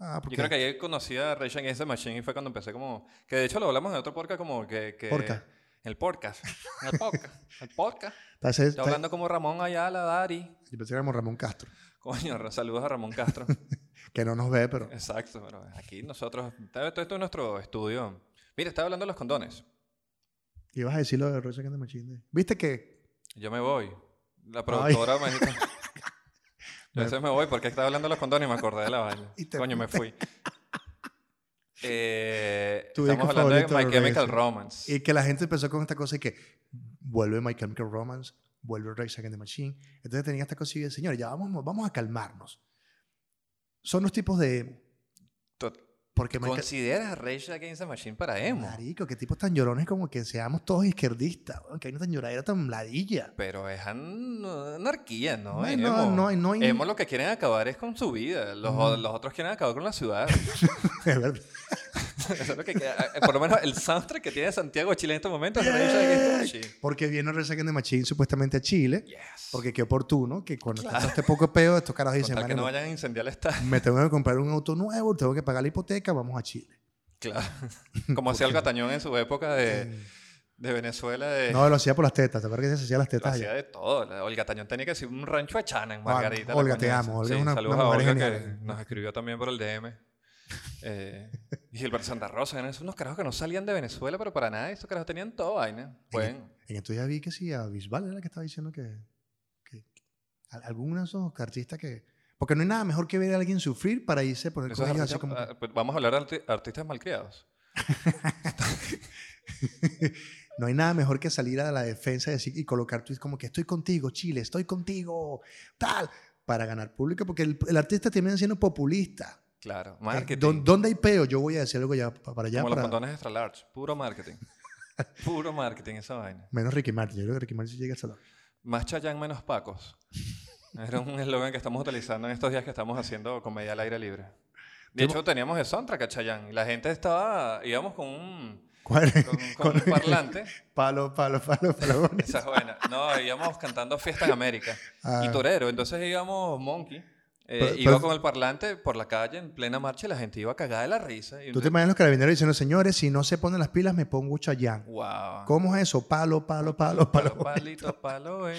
A: ah,
B: Yo
A: porque,
B: creo que ahí conocí a Rage Against the Machine y fue cuando empecé como... Que de hecho lo hablamos en otro podcast como que... que
A: Porca.
B: El podcast. El podcast. El podcast.
A: está, está-
B: Estoy hablando como Ramón Ayala, Dari.
A: yo pensé que éramos Ramón Castro
B: Coño, ra- saludos a Ramón Castro.
A: que no nos ve pero
B: Exacto, pero aquí nosotros... Todo esto es nuestro estudio. Mira, estaba hablando de los condones.
A: ibas a decir lo de Rage Against the Machine viste que
B: Yo me voy. La productora me dijo. Yo a veces me voy porque estaba hablando de los condones y me acordé de la vaina.
A: Y te
B: Coño, me fui. Eh,
A: Tu
B: estamos
A: disco
B: hablando de
A: favorito de
B: My Chemical
A: Reyes.
B: Romance.
A: Y que la gente empezó con esta cosa y que vuelve My Chemical Romance, vuelve Rage Against the Machine. Entonces tenía esta cosa y de, señores, ya vamos, vamos a calmarnos. Son los tipos de emo.
B: To-
A: Porque My Chemical-
B: ¿Consideras a Rage Against the Machine para emo?
A: Marico, qué tipos tan llorones como que seamos todos izquierdistas. weón, Que hay una tan lloradera tan ladilla.
B: Pero es an- anarquía, ¿no?
A: No,
B: es
A: no,
B: emo.
A: no, no hay-
B: Emo lo que quieren acabar es con su vida. Los,
A: No.
B: los otros quieren acabar con la ciudad.
A: De verdad.
B: Eso es lo que queda. Eh, Por lo menos el soundtrack que tiene Santiago de Chile en estos momentos es Rage Against the Machine.
A: porque viene Rage Against the Machine supuestamente a Chile.
B: Yes.
A: Porque qué oportuno que cuando está este poco peo, estos caras
B: Con
A: dicen,
B: tal que no
A: "Marico,
B: vayan a incendiar el estadio.
A: me tengo que comprar un auto nuevo, tengo que pagar la hipoteca, vamos a Chile.
B: Claro. Como hacía el gatañón en su época de, de Venezuela. De,
A: Eh, No, lo hacía por las tetas, ¿te acuerdas que se hacía las
B: eh. lo
A: tetas allá?
B: hacía de todo. La- Olga Tañón tenía que decir un rancho a Chana en
A: Bueno,
B: Margarita. la
A: Olga,
B: coña
A: te
B: esa.
A: amo. Olga
B: Sí,
A: es una- una
B: saludos a
A: mujer
B: Olga
A: genial.
B: que nos escribió también por el DM. Eh, Gilberto Santa Rosa. Eran esos unos carajos que no salían de Venezuela, pero para nada. Esos carajos tenían todo vaina. Bueno,
A: En estos días vi que sí, a Bisbal era la que estaba diciendo que, que al- algunos de esos artistas que... Porque no hay nada mejor que ver a alguien sufrir para irse por el
B: esos
A: colegio así
B: artistas-
A: como... que-
B: ah, pues vamos a hablar de arti- artistas malcriados.
A: no hay nada mejor que salir a la defensa y, decir, y colocar tweets como que estoy contigo, Chile, estoy contigo, tal, para ganar público, porque el, el artista termina siendo populista.
B: Claro.
A: Eh,
B: Marketing.
A: ¿dó- ¿Dónde hay peo? Yo voy a decir algo ya pa- para allá.
B: como los
A: para-
B: condones extra large. Puro marketing. Puro marketing esa vaina.
A: Menos Ricky Martin. Yo creo que Ricky Martin sí llega hasta la...
B: Más Chayán, menos Pacos. Era un eslogan que estamos utilizando en estos días que estamos haciendo comedia al aire libre. De hecho, teníamos el soundtrack a Chayán y la gente estaba, íbamos con un,
A: ¿Cuál es?
B: con, con un parlante.
A: Palo, palo, palo, palo.
B: Esa es buena. No, íbamos cantando Fiesta en América y
A: Ah.
B: Torero. Entonces íbamos Monkey. eh,
A: Pero-
B: iba
A: pero-
B: con el parlante por la calle en plena marcha y la gente iba cagada de la risa. Y
A: Tú te imaginas los carabineros diciendo, señores, si no se ponen las pilas, me pongo Chayán.
B: wow.
A: ¿Cómo es eso? Palo, palo, palo, palo.
B: Palo, palito, palo, eh.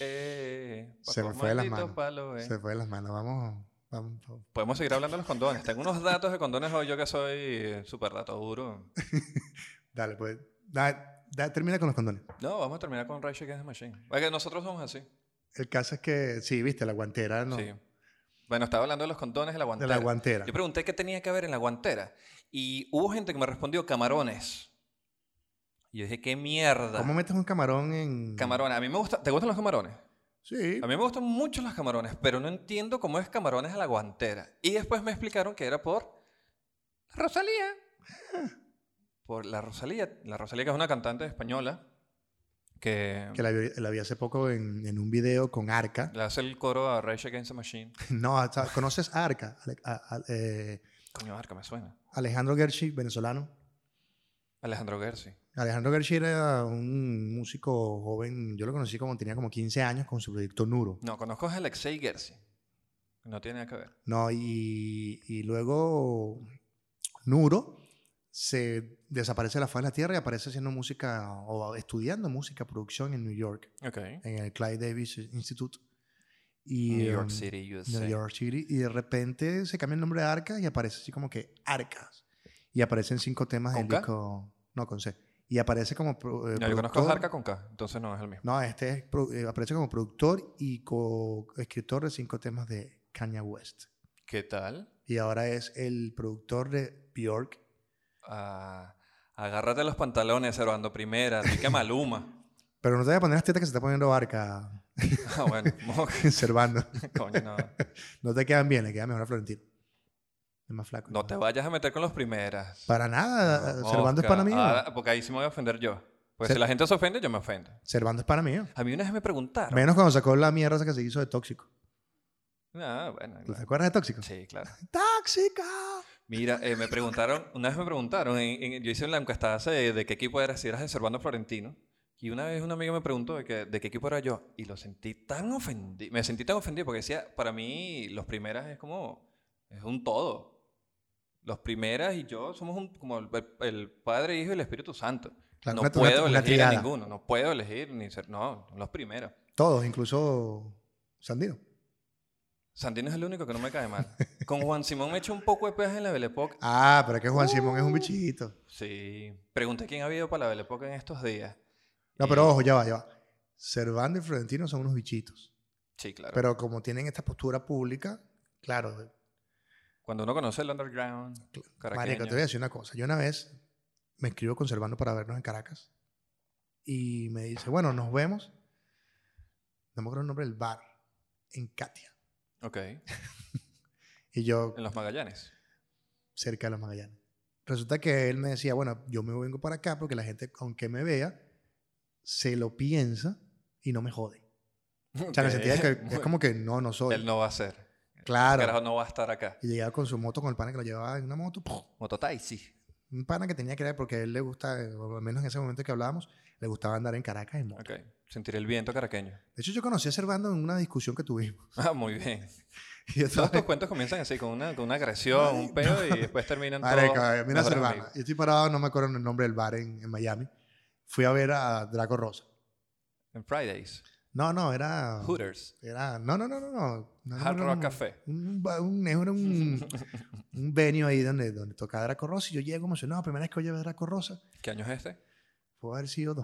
B: Eh,
A: Se me
B: Paco
A: fue de las
B: maldito,
A: manos.
B: palo, eh.
A: Se fue de las manos. Vamos, Pam, pam.
B: Podemos seguir hablando de los condones. Tengo unos datos de condones hoy, yo que soy eh, súper dato duro.
A: Dale, pues. Da- da- termina con los condones.
B: No, vamos a terminar con Rage Against the Machine. Oiga, nosotros somos así.
A: El caso es que, sí, viste, la guantera, ¿no?
B: Sí. Bueno, estaba hablando de los condones de la
A: De
B: guantera.
A: la guantera.
B: Yo pregunté qué tenía que haber en la guantera. Y hubo gente que me respondió camarones. Y yo dije, qué mierda.
A: ¿Cómo metes un camarón en...?
B: Camarones. A mí me gusta. ¿Te gustan los camarones?
A: Sí.
B: A mí me gustan mucho los camarones, pero no entiendo cómo es camarones a la guantera. Y después me explicaron que era por Rosalía. Por la Rosalía. La Rosalía, que es una cantante española, que,
A: Que la vi, la vi hace poco en, en un video con Arca.
B: le hace el coro a Rage Against the Machine.
A: No, o sea, ¿conoces a Arca? Ale- a- a- eh,
B: Coño, arca, me suena.
A: Alejandro Gershi, venezolano.
B: Alejandro Gersi.
A: Alejandro Gershi era un músico joven, yo lo conocí como tenía como 15 años con su proyecto Nuro.
B: No, conozco a Alexei Gersi. No tiene nada que ver.
A: No, y, y luego Nuro se desaparece de la faz de la tierra y aparece haciendo música o estudiando música, producción en New York,
B: Ok.
A: en el Clyde Davis Institute. Y,
B: New York
A: em,
B: City, USA.
A: New York City y de repente se cambia el nombre de Arca y aparece así como que Arcas y aparecen cinco temas
B: ¿Con
A: del
B: K?
A: disco no con C y aparece como pro- eh,
B: No, yo conozco a
A: productor-
B: Arca con K, entonces no es el mismo.
A: no este es pro- eh, aparece como productor y co-escritor de cinco temas de Kanye West
B: ¿Qué tal?
A: y ahora es el productor de Bjork
B: Ah, agárrate los pantalones, Servando Primera, Rica Maluma.
A: pero no te voy a poner las tetas que se está poniendo Arca
B: Ah, bueno, mo-
A: observando
B: coño, no.
A: no te quedan bien le queda mejor a Florentino es más flaco
B: No te vayas a meter con los primeras.
A: para nada
B: No,
A: Servando es para mí
B: Oscar. Ah, porque ahí sí me voy a ofender yo. Pues
A: Se-
B: si la gente se ofende, yo me ofendo.
A: Servando es para mí
B: A mí una vez me preguntaron.
A: Menos cuando sacó la mierda esa que se hizo de tóxico.
B: Ah, bueno,
A: ¿Te
B: claro.
A: acuerdas de tóxico?
B: Sí, claro.
A: ¡Tóxica!
B: Mira, eh, me preguntaron, una vez me preguntaron, en- en- yo hice la encuesta de, de qué equipo era, si eras de Servando Florentino, y una vez un amigo me preguntó de, que- de qué equipo era yo, y lo sentí tan ofendido, me sentí tan ofendido porque decía, para mí los primeras es como, es un todo. Los primeras y yo somos un- como el, el Padre, Hijo y el Espíritu Santo.
A: Claro,
B: no
A: una-
B: puedo
A: una- una
B: elegir a
A: triada.
B: ninguno, no puedo elegir ni ser, no, los primeros.
A: Todos, incluso Sandino.
B: Sandino es el único que no me cae mal. Con Juan Simón me eché un poco de peaje en la Belle Époque,
A: Ah, pero es que Juan Simón es un
B: Uh.
A: bichito.
B: Sí. Pregunté quién ha habido para la Belle Époque en estos días.
A: No,
B: Y-
A: pero ojo, ya va, ya va. Servando y Florentino son unos bichitos.
B: Sí, claro.
A: Pero como tienen esta postura pública, claro.
B: Cuando uno conoce el underground,
A: Marico,
B: caraqueño,
A: te voy a decir una cosa. Yo una vez me escribo con Servando para vernos en Caracas y me dice, bueno, nos vemos. No me acuerdo el nombre del bar, en Katia.
B: Ok.
A: Y yo,
B: En los Magallanes.
A: cerca de los Magallanes. Resulta que él me decía, bueno, yo me vengo para acá porque la gente, aunque me vea, se lo piensa y no me jode. O sea, en el sentido de que es como que no, no soy.
B: Él no va a ser. Carajo,
A: claro.
B: no va a estar acá.
A: Y llegaba con su moto, con el pana que lo llevaba en una moto. ¡puf!
B: Mototai, sí.
A: Un pana que tenía que ver porque a él le gusta, eh, o al menos en ese momento que hablábamos, le gustaba andar en Caracas en moto.
B: Ok. Sentir el viento caraqueño.
A: De hecho, yo conocí a Servando en una discusión que tuvimos.
B: Ah, muy bien.
A: Y yo
B: Todos
A: estaba,
B: tus cuentos comienzan así, con una, con una agresión, un pedo, y después terminan todos
A: Marica, eh, mira
B: mejores
A: Servando.
B: amigos.
A: Yo estoy parado, no me acuerdo el nombre del bar en, en Miami. Fui a ver a Draco Rosa.
B: En Fridays.
A: No, no, era...
B: Hooters.
A: Era, no, no, no, no, no. no,
B: Hard
A: Ah. no, no,
B: Rock
A: no.
B: Café.
A: Un, ba- un- era un, un venue ahí donde, donde tocaba Draco Rosa. Y yo llego emocionado, primera vez que voy a ver Draco Rosa.
B: ¿Qué año es este?
A: Puede haber sido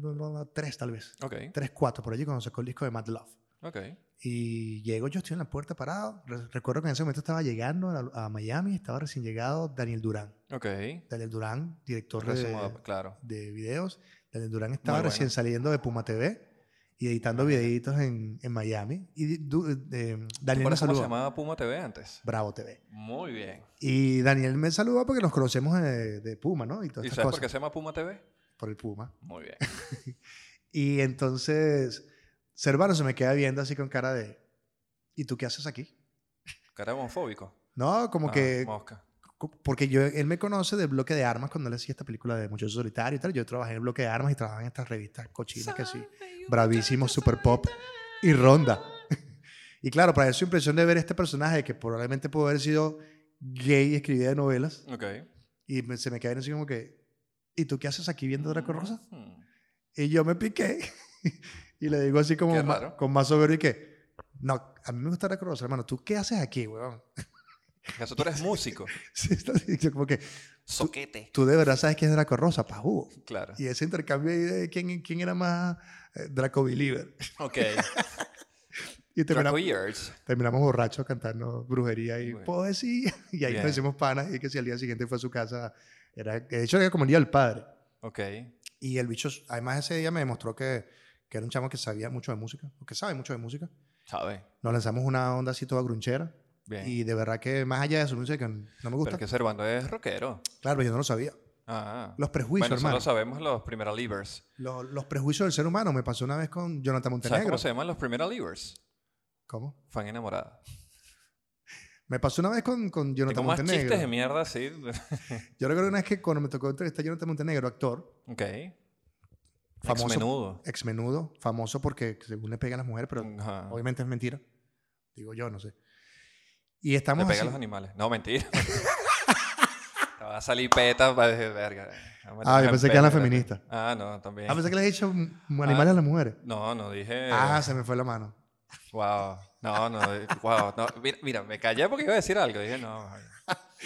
A: 2003, tal vez.
B: Ok.
A: 3, 4, por allí cuando sacó el disco de Mad Love.
B: Ok.
A: Y llego, yo estoy en la puerta parado. Re- Recuerdo que en ese momento estaba llegando a, a Miami, estaba recién llegado Daniel Durán.
B: Ok.
A: Daniel Durán, director
B: Racing
A: de,
B: Moda, claro.
A: de videos. Daniel Durán estaba
B: pues. bueno.
A: recién saliendo de Puma TV y editando videitos en, en Miami. Y du- eh, Daniel me
B: ¿Recuerdas cómo se
A: saludó.
B: llamaba Puma TV antes?
A: Bravo TV.
B: Muy bien.
A: Y Daniel me saludó porque nos conocemos de, de Puma, ¿no? Y todas
B: ¿Y
A: estas
B: sabes por qué
A: cosas.
B: se llama Puma TV?
A: Por el Puma.
B: Muy bien.
A: Y entonces, Servano se me queda viendo así con cara de, ¿y tú qué haces aquí?
B: Cara homofóbico.
A: No, como
B: Ah,
A: que,
B: Mosca.
A: co- porque yo, él me conoce del bloque de armas cuando él hacía esta película de Muchachos Solitario y tal. Yo trabajé en el bloque de armas y trabajaba en estas revistas cochinas que sí. bravísimo, super pop y ronda. Y claro, para él su impresión de ver este personaje que probablemente pudo haber sido gay y escribía de novelas.
B: Ok.
A: Y me- se me quedaron así como que, ¿y tú qué haces aquí viendo Draco Rosa?
B: Mm.
A: Y yo me piqué y le digo así como
B: Qué
A: ma-
B: raro.
A: con más soberbio y que, No, a mí me gusta reconocer, hermano, ¿tú qué haces aquí, weón?
B: Eso tú eres músico.
A: Sí, está así, yo como que
B: Soquete.
A: tú de verdad sabes quién es Draco Rosa, pajú.
B: Claro.
A: Y ese intercambio ahí de quién, quién era más eh, Draco Believer.
B: Ok.
A: Y terminamos,
B: Draco Years.
A: terminamos borrachos cantando brujería y
B: Bueno.
A: poesía. Y ahí
B: Bien.
A: nos hicimos panas. Y que si al día siguiente fue a su casa, era, de hecho era como el día del padre.
B: Ok.
A: Y el bicho, además ese día me demostró que, que era un chamo que sabía mucho de música, o que sabe mucho de música.
B: Sabe.
A: Nos lanzamos una onda así toda grunchera.
B: Bien.
A: Y de verdad que más allá de su música, que no me
B: Pero
A: gusta.
B: es que Servando es rockero.
A: Claro, pero yo no lo sabía.
B: Ah.
A: Los prejuicios,
B: Bueno, eso
A: hermano.
B: lo sabemos los Primera Levers.
A: Los, los prejuicios del ser humano. Me pasó una vez con Jonathan
B: ¿Sabes
A: Montenegro.
B: cómo se llaman los Primera Levers?
A: ¿Cómo?
B: Fan enamorada.
A: Me pasó una vez con, con Jonathan
B: Tengo más chistes de
A: Montenegro.
B: mierda así.
A: Yo recuerdo una vez que cuando me tocó entrevistar a Jonathan Montenegro, actor,
B: ok.
A: Famoso.
B: Famoso. menudo.
A: ex menudo, famoso porque según le pegan a las mujeres, pero
B: Ajá.
A: obviamente es mentira. Digo yo, no sé. Y
B: Le
A: estamos
B: pega a
A: así-
B: los animales. No, mentira. Te va a salir peta. va a decir, Verga. No me
A: Ah, yo
B: tengas
A: pensé que era
B: en peta".
A: feminista.
B: Ah, no, también.
A: A pesar que le he dicho mm, animales
B: Ah.
A: a las mujeres.
B: No, no dije.
A: Ah, se me fue la mano.
B: Wow. No, no, wow. No, mira, mira, me callé porque iba a decir algo. Dije, no.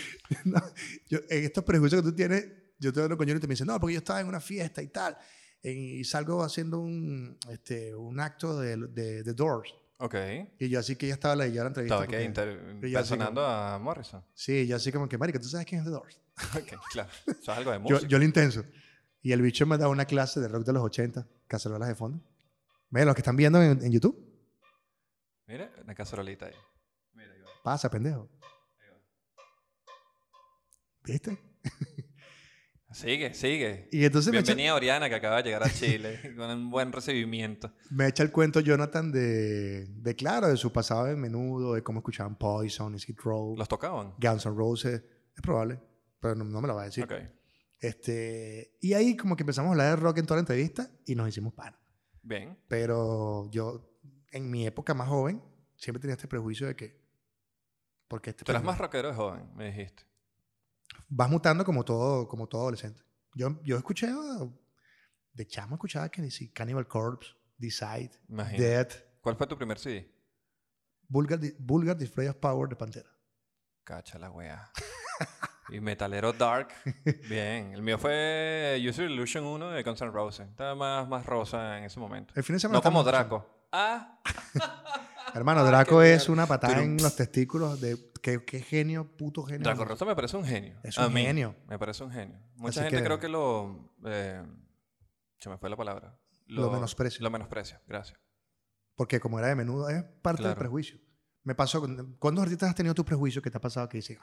A: No, yo- en estos prejuicios que tú tienes, yo te hablo con Jonathan y me dice, no, porque yo estaba en una fiesta y tal, en- y salgo haciendo un, este, un acto de, de, de Doors.
B: Ok.
A: Y yo así que ya estaba la, ya la entrevista.
B: Estaba
A: porque-
B: que inter-
A: yo así
B: personando a Morrison.
A: Sí, yo así como que, marica, ¿tú sabes quién es The Doors?
B: Ok, claro. Eso es algo de
A: Yo,
B: música.
A: yo lo intenso. Y el bicho me da una clase de rock de los 80, cacerolas de fondo. Miren, los que están viendo en, en YouTube,
B: Mira, una cacerolita ahí. Mira, ahí va.
A: pasa, pendejo. ¿Viste?
B: Sigue, sigue.
A: Y entonces me echa-
B: Bienvenida Oriana que acaba de llegar a Chile con un buen recibimiento.
A: me echa el cuento Jonathan de, de claro, de su pasado de menudo, de cómo escuchaban Poison, Skid Row,
B: ¿Los tocaban?
A: Guns N' Roses, es probable, pero no, no me lo va a decir.
B: Ok.
A: Este, y ahí como que empezamos a hablar de rock en toda la entrevista y nos hicimos pan.
B: Bien.
A: Pero yo, en mi época más joven, siempre tenía este prejuicio de que... Porque este
B: Tú eras
A: pendejo-
B: más rockero de joven, me dijiste.
A: vas mutando como todo, como todo adolescente. Yo, yo escuché, ah, de chamo escuchaba que decía Cannibal Corpse, Decide,
B: Imagino.
A: Death,
B: ¿Cuál fue tu primer CD?
A: Vulgar, Di- Vulgar Display of Power de Pantera.
B: Cacha la wea. y metalero dark. Bien. El mío fue User Illusion 1 de Guns N' Roses. Estaba más, más rosa en ese momento.
A: El fin de semana
B: No como
A: estamos-
B: Draco. Ah,
A: Hermano,
B: Ay,
A: Draco
B: Ah, qué
A: es
B: mierda.
A: una patada en
B: Turum.
A: los testículos de qué, qué genio, puto genio.
B: Draco Rosa me parece un genio.
A: Es
B: A
A: un
B: mí,
A: genio.
B: Me parece un genio. Mucha
A: Así
B: gente
A: que-
B: creo que lo... eh, se me fue la palabra.
A: Lo menosprecia.
B: Lo menosprecia, gracias.
A: Porque como era de menudo, es parte del
B: Claro.
A: prejuicio. Me pasó, con- ¿cuántos artistas has tenido tu prejuicio que te ha pasado que dices,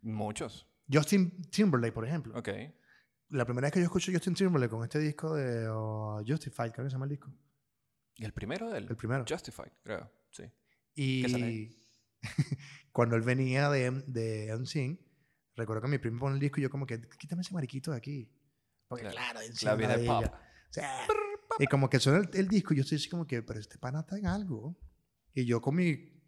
B: Muchos.
A: Justin Timberlake, por ejemplo?
B: Ok.
A: La primera vez que yo escucho Justin Timberlake con este disco de oh, Justified, creo que se llama el disco,
B: Y el primero de él.
A: el primero.
B: Justified, creo. Sí. sale
A: Y
B: ahí?
A: cuando él venía de, M- de MCing, recuerdo que mi primo pone el disco y yo como que, quítame ese mariquito de aquí. Porque
B: Claro,
A: claro, MCing
B: La vida
A: era
B: de
A: de
B: pop.
A: ella. Sí. Y como que suena el, el disco y yo estoy así como que, pero este pana está en algo. Y yo con mi...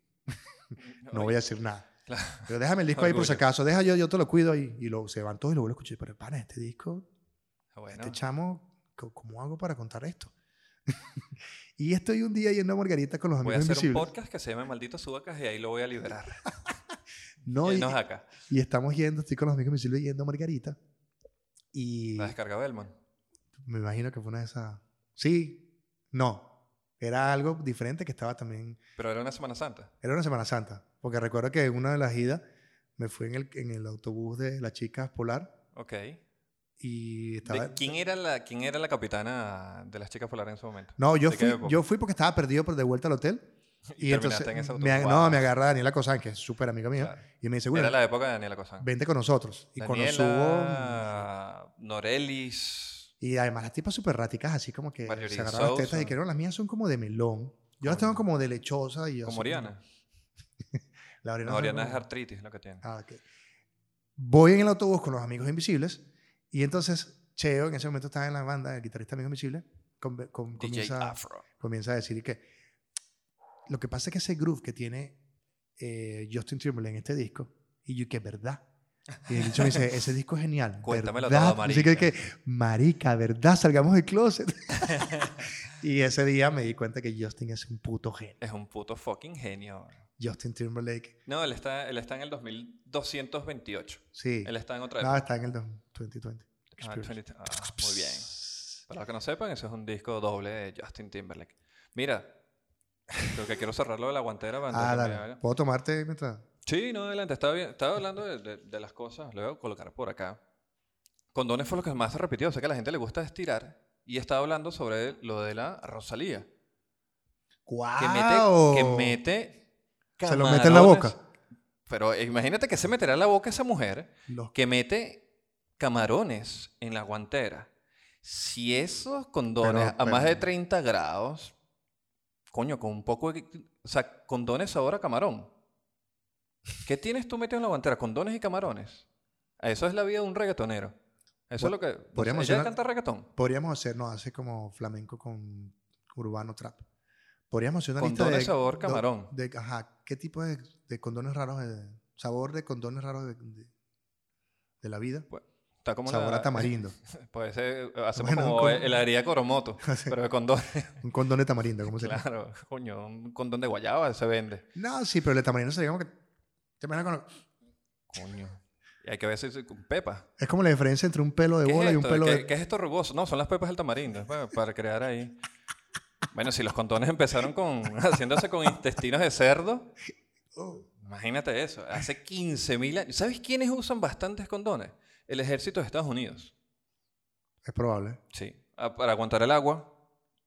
A: No voy a decir nada.
B: Claro.
A: Pero déjame el disco ahí por si
B: Orgullo.
A: acaso. Deja yo, yo te lo cuido ahí. Y lo, se van todos y lo vuelvo a escuchar. Pero pana, este disco,
B: ah, Bueno,
A: este chamo, co- ¿cómo hago para contar esto? y estoy un día yendo a Margarita con los
B: voy a
A: amigos
B: hacer un
A: invisibles.
B: podcast que se llama Maldito Subacas y ahí lo voy a liberar.
A: No, y,
B: Llenos acá.
A: y estamos yendo, estoy con los amigos invisibles yendo a Margarita. Y
B: La descarga Belmont.
A: me imagino que fue una de esas... Sí, no. Era algo diferente que estaba también...
B: Pero era una Semana Santa.
A: Era una Semana Santa, porque recuerdo que en una de las idas me fui en el, en el autobús de las chicas polar
B: Ok.
A: y estaba...
B: ¿De quién, era la, ¿Quién era la capitana de las chicas polares en su momento?
A: No, yo
B: ¿De qué
A: fui,
B: época?
A: yo fui porque estaba perdido por de vuelta al hotel. Y, entonces
B: terminaste en ese
A: me, ag-
B: autobús.
A: no,
B: Wow.
A: me agarra Daniela Cosán, que es súper amiga mía,
B: Claro.
A: y me dice,
B: Era
A: bueno,
B: la época de Daniela Cosán.
A: vente con nosotros. eh, Y cuando subo... mm,
B: Daniela, Norelis.
A: Y además las tipas súper ráticas, así como que
B: Marjorie
A: se agarraban las
B: Sousa.
A: tetas y que no, las mías son como de melón. Yo las
B: Coño.
A: tengo como de lechosa y yo...
B: Como
A: soy-
B: Oriana.
A: La Oriana,
B: No, Oriana
A: como-
B: es artritis lo que tiene.
A: Ah, ok. Voy en el autobús con los amigos invisibles y entonces Cheo en ese momento estaba en la banda, el guitarrista Amigos Invisibles, com- com-
B: DJ
A: comienza,
B: Afro.
A: comienza a decir que lo que pasa es que ese groove que tiene eh, Justin Timberlake en este disco y yo que es verdad, Y el bicho me dice, ese disco es genial.
B: Cuéntamelo
A: ¿verdad?".
B: todo,
A: Así que, que, marica, ¿verdad? Salgamos del closet. y ese día me di cuenta que Justin es un puto genio.
B: Es un puto fucking genio. bro.
A: Justin Timberlake,
B: No, él está, él está en el 2228.
A: sí. Ah,
B: Él está en otra
A: No,
B: época.
A: está en el 2020.
B: Ah,
A: Experience.
B: 20 ah, muy bien. Para los que no sepan, eso es un disco doble de Justin Timberlake. Mira, creo que quiero cerrarlo de la guantera. para antes
A: Ah,
B: que me
A: dale.
B: haga-
A: ¿Puedo tomarte mientras?
B: Sí, no, adelante. Estaba, bien- estaba hablando de, de- de las cosas. Lo voy a colocar por acá. Condones fue lo que más se repitió. Sé que a la gente le gusta estirar. Y estaba hablando sobre lo de la Rosalía. Que mete.
A: ¡Guau!
B: Que mete
A: Ah, oh. Se lo mete en la
B: camarones.
A: boca.
B: Pero imagínate que se meterá en la boca esa mujer
A: Los-
B: que mete camarones en la guantera. Si esos condones
A: Pero-
B: a más de
A: pero-
B: 30 grados, coño, con un poco de... O sea, condones sabor a camarón. ¿Qué tienes tú metido en la guantera? ¿Condones y camarones? Eso es la vida de un reggaetonero. Eso es lo que... pues,
A: podríamos
B: ella
A: hacer-
B: canta reggaetón.
A: Podríamos hacernos hace como flamenco con urbano trap. Podríamos hacer una lista
B: Condones
A: de...
B: sabor
A: do-
B: camarón.
A: De, ajá, ¿qué tipo de, de condones raros? eh, sabor de condones raros de, de- de la vida.
B: Está como
A: Sabor
B: la-
A: a tamarindo.
B: Pues eh, hacemos
A: Bueno,
B: como
A: con-
B: el haría de Coromoto, pero de condones.
A: Un condón de tamarindo, ¿cómo se llama?
B: Claro, coño, un condón de guayaba se vende.
A: No, sí, pero el de tamarindo sería como que... te imaginas con-
B: Coño. Y hay que ver si si- con pepa.
A: Es como la diferencia entre un pelo de
B: ¿Qué
A: bola
B: es
A: y un
B: esto?
A: pelo
B: ¿Qué-
A: de...
B: qué es esto rugoso? No, son las pepas del tamarindo, pa- para crear ahí. Bueno, si los condones empezaron con haciéndose con intestinos de cerdo,
A: Oh,
B: imagínate eso. Hace 15.000 años. ¿Sabes quiénes usan bastantes condones? El ejército de Estados Unidos.
A: es probable.
B: Sí. Ah, Para aguantar el agua,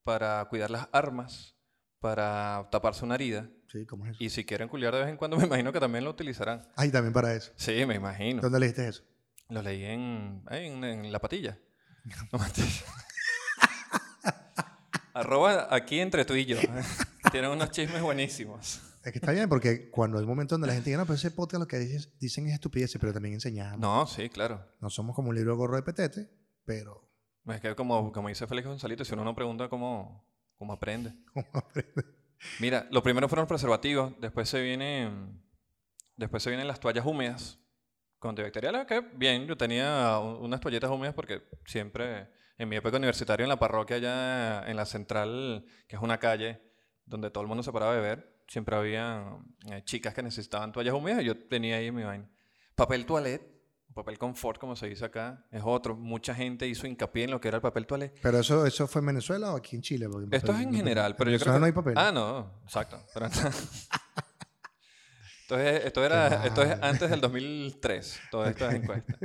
B: para cuidar las armas, para taparse una herida.
A: Sí, ¿cómo es eso?
B: Y si quieren culiar de vez en cuando, me imagino que también lo utilizarán.
A: Ay, también para eso.
B: Sí, me imagino.
A: ¿Dónde leíste eso?
B: Lo leí en, ay, en, en la patilla. No, mentira. Arroba aquí entre tú y yo. Tienen unos chismes buenísimos.
A: Es que está bien, porque cuando hay un momento donde la gente dice, no, pero ese podcast lo que dices- dicen es estupideces, pero también enseñamos. No.
B: No, sí, claro.
A: somos como un libro de gorro de petete, pero...
B: Pues Es que como, como dice Félix Gonzalito, si uno no pregunta cómo, cómo aprende.
A: ¿cómo aprende?
B: Mira, lo primero fueron los preservativos, después se vienen, después se vienen las toallas húmedas con antibacteriales, que bien, yo tenía u- unas toallitas húmedas porque siempre en mi época universitaria en la parroquia allá en la central, que es una calle donde todo el mundo se paraba a beber, siempre había eh, chicas que necesitaban toallas húmedas y yo tenía ahí mi vaina. Papel toilet, papel confort como se dice acá, es otro. Mucha gente hizo hincapié en lo que era el papel toilet.
A: ¿Pero eso, eso fue en Venezuela o aquí en Chile? Porque
B: Esto es en
A: no-
B: general, pero yo creo
A: Venezuela
B: que...
A: no hay papel.
B: Ah, no, exacto. pero- Entonces, esto, era,
A: Qué
B: esto es
A: mal.
B: antes del 2003, todas estas encuestas.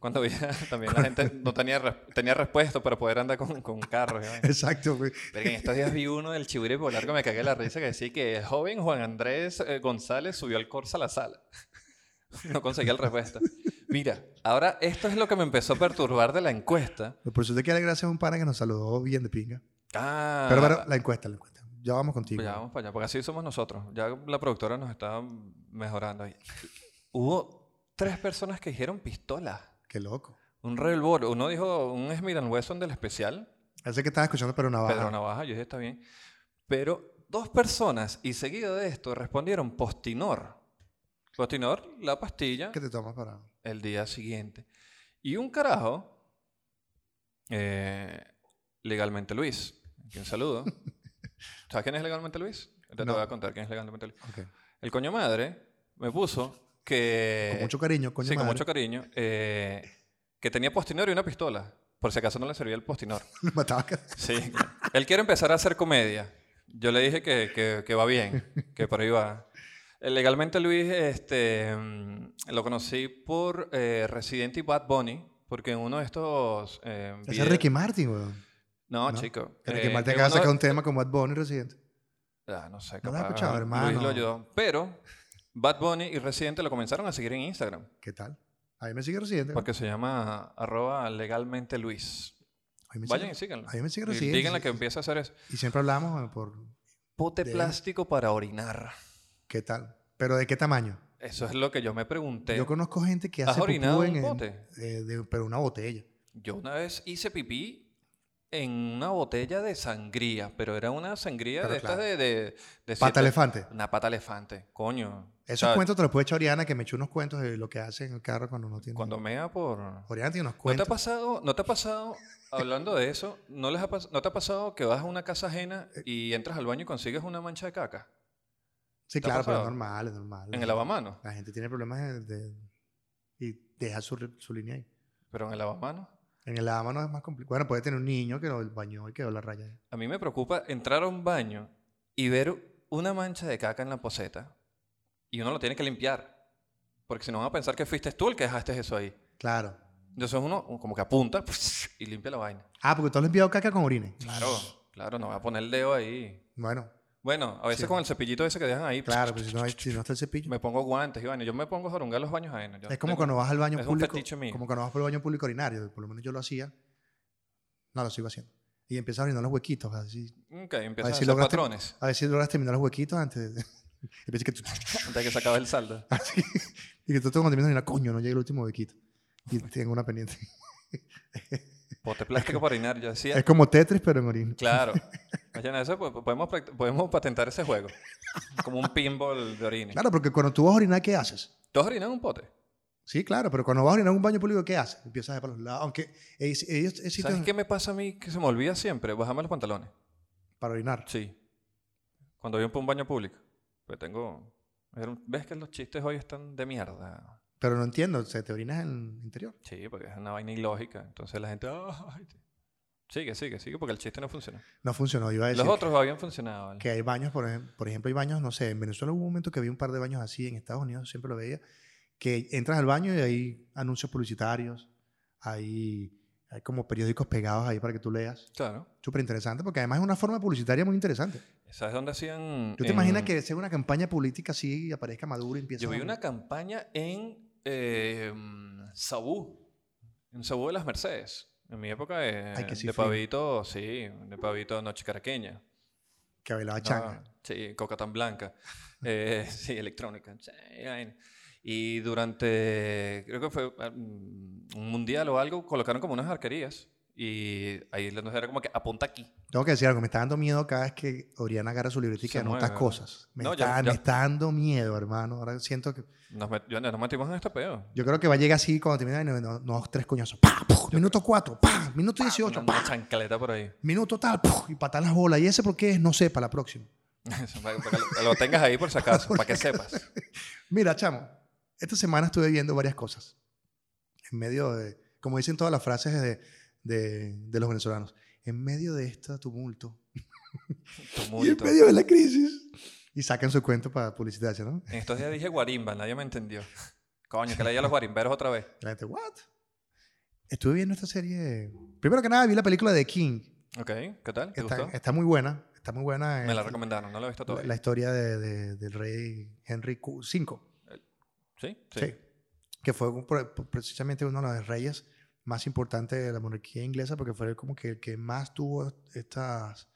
B: Cuando había, también la gente no tenía, res- tenía respuesta para poder andar con, con carros. y vaina.
A: Exacto. güey.
B: Verga, en estos días vi uno del Chiburi Polar que me cagué la risa que decía que el joven Juan Andrés eh, González subió al Corsa a la sala. No conseguía el respuesta. Mira, ahora esto es lo que me empezó a perturbar de la encuesta.
A: Pero Por eso te quiero gracias a un pana que nos saludó bien de pinga.
B: Ah,
A: Pero, pero la encuesta, la encuesta. Ya vamos contigo.
B: Pues ya vamos para allá, porque así somos nosotros. Ya la productora nos está mejorando. ahí. Hubo tres personas que dijeron pistola.
A: Qué loco.
B: Un revolver. Uno dijo un Smith Wesson del especial.
A: Ese que estaba escuchando pero Navaja.
B: Pedro Navaja. Yo dije, está bien. Pero dos personas, y seguido de esto, respondieron postinor. Postinor, la pastilla,
A: ¿Qué te tomas para...?
B: el día siguiente. Y un carajo, eh, legalmente Luis. Aquí un saludo. ¿Sabes quién es legalmente Luis? Te, te
A: No.
B: voy a contar quién es legalmente Luis.
A: Ok.
B: El coño madre me puso que.
A: Con mucho cariño, coño
B: Eh, sí, con
A: madre.
B: mucho cariño. eh, que tenía postinor y una pistola. Por si acaso no le servía el postinor.
A: Lo mataba.
B: Sí. claro. Él quiere empezar a hacer comedia. Yo le dije que, que- que va bien, que por ahí va. Eh, Legalmente Luis este, mm, lo conocí por eh, Resident y Bad Bunny, porque en uno de estos... eh,
A: Ese es
B: videos-
A: Ricky Martin, güey.
B: No,
A: ¿no?
B: chico.
A: Que
B: eh,
A: Ricky Martin
B: en
A: acaba de
B: uno-
A: sacar un tema con Bad Bunny reciente.
B: Ah, no sé,
A: No lo he
B: capaz
A: escuchado,
B: Luis
A: hermano.
B: lo ayudó. Pero Bad Bunny y Residente lo comenzaron a seguir en Instagram.
A: ¿Qué tal? A mí me sigue reciente.
B: Porque se llama arroba legalmente Luis.
A: A mí me
B: Vayan
A: sigue-
B: y síganlo.
A: a mí me sigue
B: Y
A: reciente.
B: díganle
A: sí,
B: que
A: sí.
B: empieza a hacer eso.
A: Y siempre hablamos eh, por
B: Pote
A: De-
B: plástico para orinar.
A: qué tal. Pero de qué tamaño.
B: Eso es lo que yo me pregunté.
A: Yo conozco gente que
B: ¿Has
A: hace pupú
B: orinado en
A: en,
B: un
A: en-
B: pote?
A: eh, de- pero una botella.
B: Yo una vez hice pipí en una botella de sangría, pero era una sangría
A: Pero
B: de estas
A: claro.
B: de, de- de
A: Pata
B: siete-
A: elefante.
B: Una pata elefante, coño.
A: Esos
B: O sea,
A: cuentos te los puede echar Oriana, que me echó unos cuentos de lo que hace en el carro cuando no tiene.
B: Cuando mea por...
A: Oriana tiene unos
B: ¿No te ha
A: cuentos.
B: pasado, no te ha pasado hablando de eso, ¿no, les ha pas- ¿no te ha pasado que vas a una casa ajena
A: Eh.
B: y entras al baño y consigues una mancha de caca
A: sí,
B: te ha
A: claro, pero es
B: pasado?
A: normal, es normal.
B: en el lavamanos?
A: La gente tiene problemas de, de- y deja su, re- su línea ahí.
B: Pero en el lavamanos.
A: En el lavamanos es más complicado. Bueno, puede tener un niño que lo bañó y quedó la raya. ahí.
B: A mí me preocupa entrar a un baño y ver una mancha de caca en la poseta y uno lo tiene que limpiar. Porque si no van a pensar que fuiste tú el que dejaste eso ahí.
A: Claro.
B: Entonces uno como que apunta y limpia la vaina.
A: Ah, porque tú has limpiado caca con orines.
B: Claro, claro, no va a poner el dedo ahí.
A: Bueno,
B: Bueno, a veces
A: Sí.
B: con el cepillito ese que dejan ahí,
A: claro, pero si no, hay- si no está el cepillo.
B: me pongo guantes y vaina. Yo me pongo a jorungar los baños ajenos. Yo
A: Es como
B: tengo-
A: cuando vas al baño
B: es un
A: público.
B: fetiche mío.
A: Como cuando vas por el baño público urinario. Por lo menos yo lo hacía. No, lo sigo haciendo. Y empiezas a orinar los huequitos. Así.
B: Ok, empiezan
A: A ver si
B: a hacer
A: lograste-
B: patrones
A: A ver si logras terminar los huequitos antes de... Empiezas que tú...
B: antes de que se acabe el saldo.
A: así, y que tú te terminas de orinar, coño, no llega el último huequito. Y tengo una pendiente.
B: Bote plástico para orinar, yo decía.
A: Es como Tetris, pero en orina.
B: Claro. Oye, en eso po- po- podemos, pract- podemos patentar ese juego. Como un pinball de orines.
A: Claro, porque cuando tú vas a orinar, ¿qué haces?
B: ¿Tú has orinado en un pote?
A: Sí, claro, pero cuando vas a orinar en un baño público, ¿qué haces? Empiezas a para los lados. Aunque ellos, ellos hay sitios
B: ¿Sabes qué me pasa a mí que se me olvida siempre? Bajarme los pantalones.
A: para orinar.
B: Sí. Cuando voy a un baño público. Pues tengo... era un- ¿Ves que los chistes hoy están de mierda?
A: Pero no entiendo, se te orinas en el interior.
B: Sí, porque es una vaina ilógica. Entonces la gente... "Ay, sí". sigue, sigue, sigue, porque el chiste no funciona.
A: No funcionó, iba a decir.
B: Los otros habían funcionado. ¿vale?
A: Que hay baños, por, ejem- por ejemplo, hay baños, no sé, en Venezuela hubo un momento que había un par de baños así, en Estados Unidos siempre lo veía, que entras al baño y hay anuncios publicitarios, hay, hay como periódicos pegados ahí para que tú leas.
B: Claro.
A: Súper interesante, porque además es una forma publicitaria muy interesante.
B: ¿Sabes dónde hacían...?
A: ¿Tú te
B: en-
A: imaginas que sea una campaña política así y aparezca Maduro y empieza
B: Eh. Yo vi
A: a-
B: una campaña en eh, mm, Sabú, en Sabú de las Mercedes, en mi época de,
A: Ay, que sí
B: de
A: fui.
B: pavito, sí, de pavito noche caraqueña.
A: que bailaba
B: No,
A: changa?
B: sí, coca tan blanca. Eh, sí, electrónica. sí, vaina. Y durante, creo que fue ah, mm, un mundial o algo, colocaron como unas arquerías. Y ahí nos era como que apunta aquí.
A: Tengo que decir algo, me está dando miedo cada vez que Oriana agarra su libretica y
B: Se mueve,
A: anota
B: ¿verdad?
A: cosas. Me,
B: No, ya-
A: está,
B: ya-
A: me está dando miedo, hermano. Ahora siento que...
B: Nos, met- yo- nos metimos en este pedo.
A: Yo creo que va a llegar así cuando termine no, no, no, tres coñazos. ¡Pah! ¡Puh! Minuto 4, minuto
B: Ah,
A: 18,
B: Una, una
A: ¡pah!
B: chancleta por ahí.
A: minuto tal, ¡puh! y patar las bolas. ¿Y ese por qué es? No sé, para la próxima.
B: Eso, para que lo- lo tengas ahí por si acaso, para que sepas.
A: Mira, chamo, esta semana estuve viendo varias cosas. En medio de, como dicen todas las frases de, de, de los venezolanos, en medio de este tumulto y en
B: Tumulto.
A: medio de la crisis. Y sacan su cuento para publicitarse, ¿no?
B: En estos días dije guarimba, nadie me entendió. Coño, que le di a los guarimberos otra vez.
A: Y La gente, ¿what? Estuve viendo esta serie. Primero que nada, vi la película de King.
B: Ok, ¿qué tal? ¿Te
A: Está,
B: gustó?
A: está muy buena. Está muy buena.
B: Me la
A: Es-
B: recomendaron, no la he visto
A: la,
B: todavía.
A: la historia de- de- del rey Henry Q- V,
B: ¿Sí?
A: sí.
B: sí,
A: que fue un- pre- precisamente uno de los reyes más importantes de la monarquía inglesa, porque fue como que el que más tuvo estas,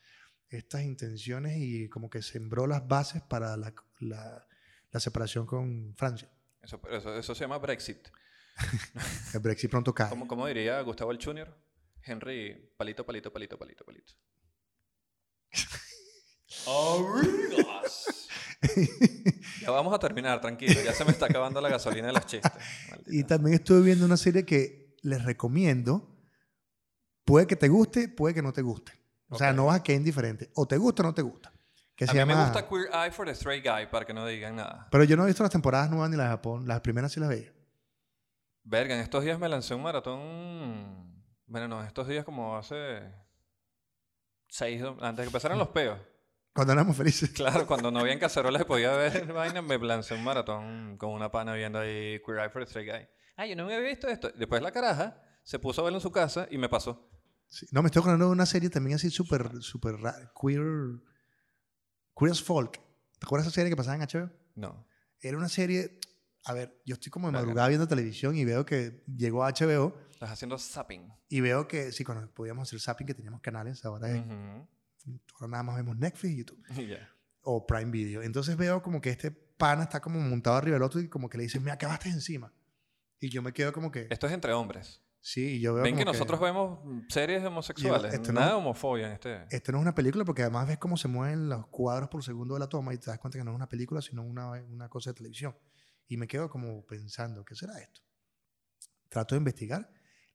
A: estas intenciones y como que sembró las bases para la, la- la separación con Francia.
B: Eso, eso- eso se llama Brexit.
A: El Brexit pronto cae.
B: ¿Cómo, cómo diría Gustavo el Junior? Henry, palito, palito, palito, palito, palito. Arrugas. ya vamos a terminar, tranquilo. Ya se me está acabando la gasolina de los chistes.
A: y
B: maldita.
A: también estuve viendo una serie que les recomiendo. Puede que te guste, puede que no te guste. O sea,
B: Ok.
A: no vas a quedar indiferente. O te gusta o no te gusta. Que
B: a
A: se
B: mí
A: llama...
B: me gusta Queer Eye for the Straight Guy, para que no digan nada.
A: Pero yo no he visto las temporadas nuevas ni las de Japón. Las primeras sí las veía.
B: Verga, en estos días me lancé un maratón. Bueno, no, en estos días como hace. Seis, do- antes de que empezaran los peos.
A: Cuando éramos felices.
B: Claro, cuando no había cacerolas y podía ver vaina, me lancé un maratón con una pana viendo ahí Queer Eye for a Straight Guy. Ah, yo no me había visto esto. Después la caraja se puso a verlo en su casa y me pasó.
A: Sí. No, me estoy acordando de una serie también así súper, súper ra- queer. Queer as Folk. ¿Te acuerdas de esa serie que pasaba en HBO?
B: No.
A: Era una serie. A ver, yo estoy como de
B: Verga.
A: madrugada viendo televisión y veo que llegó a HBO
B: Estás haciendo zapping.
A: y veo que sí, cuando podíamos hacer zapping que teníamos canales, ahora, es-
B: Ujú.
A: ahora nada más vemos Netflix y YouTube
B: Y ya.
A: o Prime Video. Entonces veo como que este pana está como montado arriba del otro y como que le dice, me acabaste encima. Y yo me quedo como que...
B: Esto es entre hombres.
A: Sí, y yo veo
B: Ven
A: como
B: que nosotros vemos series homosexuales.
A: esto no-
B: Nada de homofobia en este.
A: Esto no es una película porque además ves cómo se mueven los cuadros por segundo de la toma y te das cuenta que no es una película, sino una, una cosa de televisión. Y me quedo como pensando, ¿qué será esto? Trato de investigar.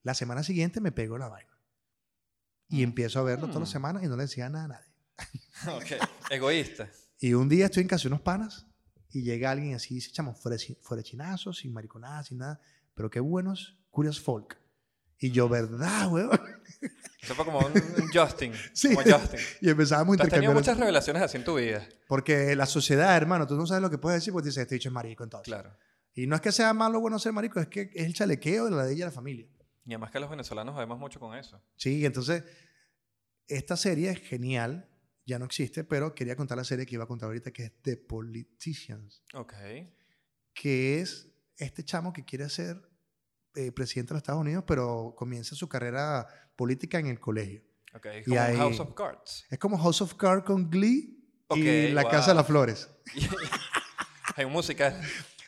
A: La semana siguiente me pegó la vaina. Y empiezo a verlo todas las
B: Hmm.
A: semanas y no le decía nada a nadie.
B: Ok, Egoísta.
A: Y un día estoy en casa de unos panas y llega alguien así y dice, chamo, fuera, chi- fuera chinazos, sin mariconadas, sin nada, pero qué buenos Curious Folk. Y yo, ¿verdad, huevón?
B: Eso fue como un, un Justin.
A: Sí.
B: Como Justin.
A: Y empezábamos a
B: Tú has tenido
A: intercambiar.
B: muchas revelaciones así en tu vida.
A: Porque la sociedad, hermano, tú no sabes lo que puedes decir porque dices, este dicho es marico entonces.
B: Claro.
A: Y no es que sea malo o bueno ser marico, es que es el chalequeo de la de ella y la familia.
B: Y además que los venezolanos vemos mucho con eso.
A: Sí, entonces, esta serie es genial, ya no existe, pero quería contar la serie que iba a contar ahorita, que es The Politicians,
B: Ok.
A: que es este chamo que quiere ser eh, presidente de los Estados Unidos, pero comienza su carrera política en el colegio.
B: Ok. Como
A: ahí-
B: un House of Cards.
A: Es como House of Cards con Glee y
B: Ok,
A: La
B: wow.
A: Casa de las Flores.
B: Hay un musical.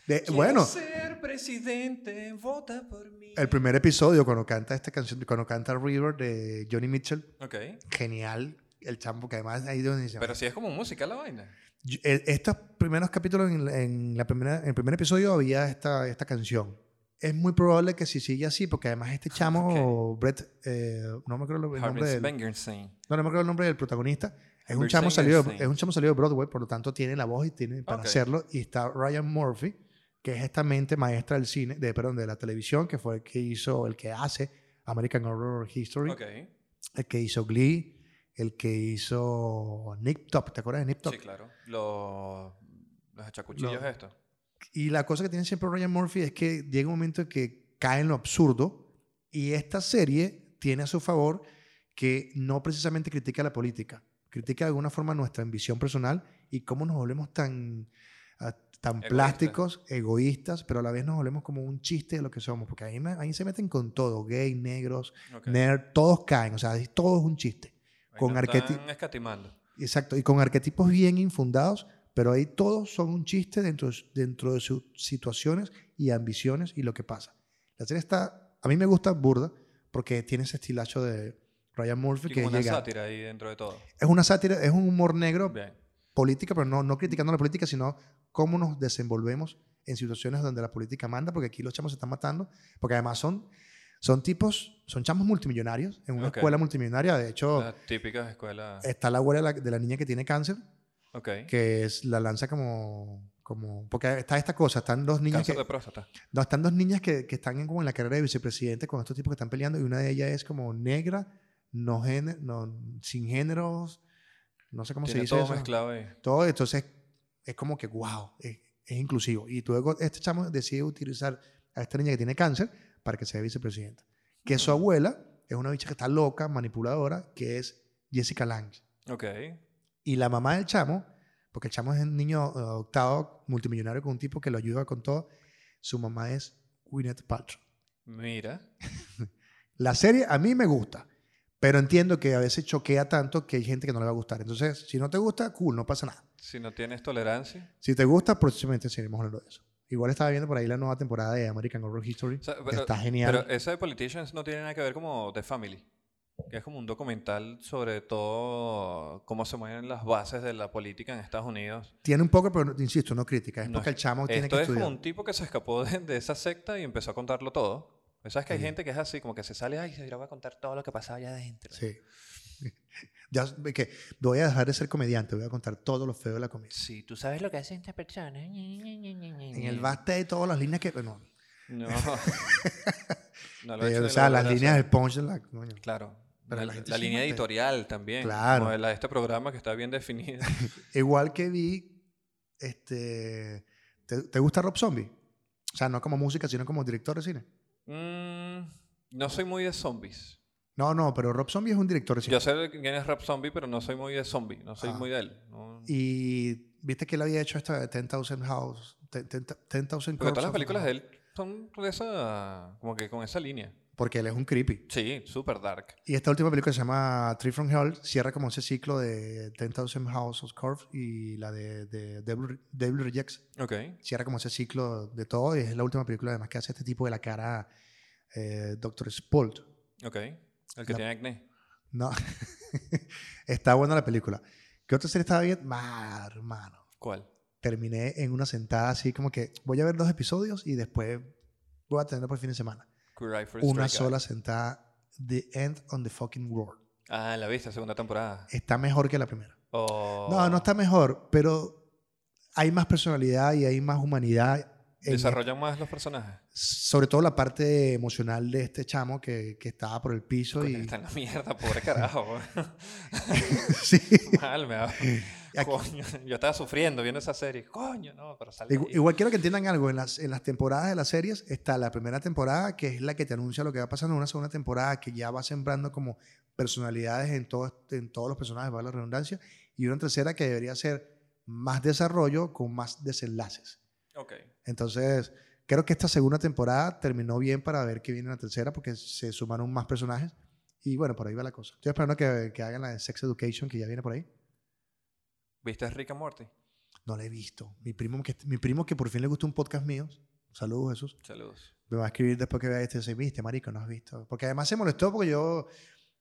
A: De-
B: Quiero
A: bueno,
B: ser presidente, vota por mí.
A: el primer episodio cuando canta esta canción, cuando canta River de Johnny Mitchell,
B: Ok.
A: genial el chamo, que además ahí donde dice...
B: Pero sí es como un musical la vaina.
A: Yo- e- Estos primeros capítulos, en, la- en la primera, en el primer episodio había esta, esta canción. Es muy probable que si sigue así, porque además este chamo, Brett, eh, no me acuerdo el nombre
B: Ah, Harvey
A: del,
B: Spengenstein.
A: no, no me acuerdo el nombre del protagonista, es un,
B: Albert
A: chamo salido, de-
B: Einstein.
A: es un chamo salido de Broadway, por lo tanto tiene la voz y tiene para
B: Ok.
A: hacerlo. Y está Ryan Murphy, que es esta mente maestra del cine, de, perdón, de la televisión, que fue el que hizo, el que hace American Horror History,
B: Ok.
A: el que hizo Glee, el que hizo Nip Top, ¿te acuerdas de Nip Top?
B: Sí, claro. Los, los chacuchillos
A: No.
B: estos.
A: Y la cosa que tiene siempre Ryan Murphy es que llega un momento en que cae en lo absurdo y esta serie tiene a su favor que no precisamente critica la política, critica de alguna forma nuestra ambición personal y cómo nos volvemos tan, ah, tan
B: Egoísta.
A: plásticos, egoístas, pero a la vez nos volvemos como un chiste de lo que somos, porque ahí, me- ahí se meten con todo, gay, negros,
B: Ok.
A: nerd, todos caen, o sea, ahí todo es un chiste.
B: Ahí
A: con
B: no
A: arqueti-
B: Están escatimando.
A: Exacto, y con arquetipos bien infundados, pero ahí todos son un chiste dentro, dentro de sus situaciones y ambiciones y lo que pasa. La serie está, a mí me gusta burda, porque tiene ese estilacho de Ryan Murphy
B: Y
A: que
B: como una
A: llega.
B: sátira ahí dentro de todo.
A: Es una sátira, es un humor negro
B: Bien.
A: política, pero no, no criticando la política, sino cómo nos desenvolvemos en situaciones donde la política manda, porque aquí los chamos se están matando, porque además son, son tipos, son chamos multimillonarios, en una
B: Ok.
A: escuela multimillonaria, de hecho...
B: Las típicas escuelas.
A: Está la abuela de la- de la niña que tiene cáncer,
B: ok.
A: que es la lanza como como porque está esta cosa están dos niñas
B: Cáncer
A: que,
B: de próstata.
A: no, están dos niñas que, que están en, como en la carrera de vicepresidente con estos tipos que están peleando y una de ellas es como negra no, géne- no sin géneros no sé cómo se
B: Tiene
A: dice
B: todo
A: eso.
B: mezclado ahí.
A: todo entonces es como que wow es, es inclusivo y luego este chamo decide utilizar a esta niña que tiene cáncer para que sea vicepresidenta que su abuela es una bicha que está loca manipuladora que es Jessica Lange
B: Ok.
A: y la mamá del chamo, porque el chamo es un niño adoptado, multimillonario con un tipo que lo ayuda con todo, su mamá es Gwyneth Paltrow.
B: Mira.
A: La serie a mí me gusta, pero entiendo que a veces choquea tanto que hay gente que no le va a gustar. Entonces, si no te gusta, cool, no pasa nada.
B: Si no tienes tolerancia.
A: Si te gusta, próximamente seguiremos hablando de eso. Igual estaba viendo por ahí la nueva temporada de American Horror History.
B: O sea,
A: que
B: pero- eh,
A: está genial.
B: Pero esa de Politicians no tiene nada que ver como The Family, que es como un documental sobre todo cómo se mueven las bases de la política en Estados Unidos.
A: tiene un poco, pero no- insisto, no crítica. Es
B: No,
A: porque el chamo tiene
B: Esto
A: que
B: es
A: estudiar.
B: como un tipo que se escapó de, de esa secta y empezó a contarlo todo. Pues, ¿Sabes que hay
A: Sí.
B: gente que es así, como que se sale, ay, se va a contar todo lo que pasaba allá adentro?
A: Sí. ya, que voy a dejar de ser comediante, voy a contar todo lo feo de la comedia.
B: Sí, tú sabes lo que hace esta persona.
A: En
C: En
A: el baste de todas las líneas que... bueno,
B: No. No lo
A: Eh,
B: he hecho
A: o
B: ni
A: sea,
B: lo
A: las
B: logré
A: líneas
B: hacer.
A: del punch de la coño.
B: Claro.
A: Pero
B: la,
A: la gente
B: la
A: se
B: línea
A: mata.
B: editorial también.
A: Claro.
B: Como la de este programa que está bien definida.
A: Igual que vi, este, ¿te, te gusta Rob Zombie? O sea, no como música, sino como director de cine.
B: Mm, no soy muy de zombies.
A: No, no, pero Rob Zombie es un director de cine.
B: Yo sé de quién es Rap Zombie, pero no soy muy de zombie. No soy
A: Ah.
B: muy de él. No-
A: Y viste que él había hecho esta de 10,000 House, Ten- Ten- 10,000
B: Porque todas las
A: Corpse of-
B: películas de él son de esa... Como que con esa línea.
A: Porque él es un creepy.
B: Sí, super dark.
A: Y esta última película se llama Tree from Hell, cierra como ese ciclo de 10,000 House of Corpse y la de, de Devil, Devil Rejects.
B: Ok.
A: cierra como ese ciclo de todo y es la última película además que hace este tipo de la cara eh, Dr. Spolt.
B: Ok. El que
A: La-
B: tiene acné.
A: No, está buena la película. ¿Qué otra serie estaba viendo? Ma, hermano.
B: ¿Cuál?
A: Terminé en una sentada así como que voy a ver dos episodios y después voy a tener por el fin de semana.
B: Queer Eye for a
A: Una
B: Straight Guy.
A: sola sentada. The End on the Fucking World.
B: Ah, la viste, segunda temporada.
A: Está mejor que la primera.
B: O-
A: Eh, No, no está mejor, pero hay más personalidad y hay más humanidad. en-
B: Desarrollan más los personajes.
A: sobre todo la parte emocional de este chamo que, que estaba por el piso
B: Coño,
A: y...
B: Está en la mierda, pobre carajo.
A: sí.
B: Mal, me va.
A: Aquí-
B: Coño, yo estaba sufriendo viendo esa serie. Coño, no, pero sale.
A: Igu- Igual quiero que entiendan algo, en las, en las temporadas de las series está la primera temporada, que es la que te anuncia lo que va pasando, una segunda temporada que ya va sembrando como personalidades en, todo, en todos los personajes, vale la redundancia, y una tercera que debería ser más desarrollo con más desenlaces.
B: Ok.
A: Entonces, creo que esta segunda temporada terminó bien para ver qué viene la tercera, porque se sumaron más personajes, y bueno, por ahí va la cosa. Estoy esperando que, que hagan la de Sex Education, que ya viene por ahí.
B: ¿Viste Rick and Morty?
A: No la he visto. Mi primo que, mi primo que por fin le gustó un podcast mío, saludos Jesús.
B: Saludos.
A: Me va a escribir después que vea este se viste, marico, no has visto. Porque además se molestó porque yo.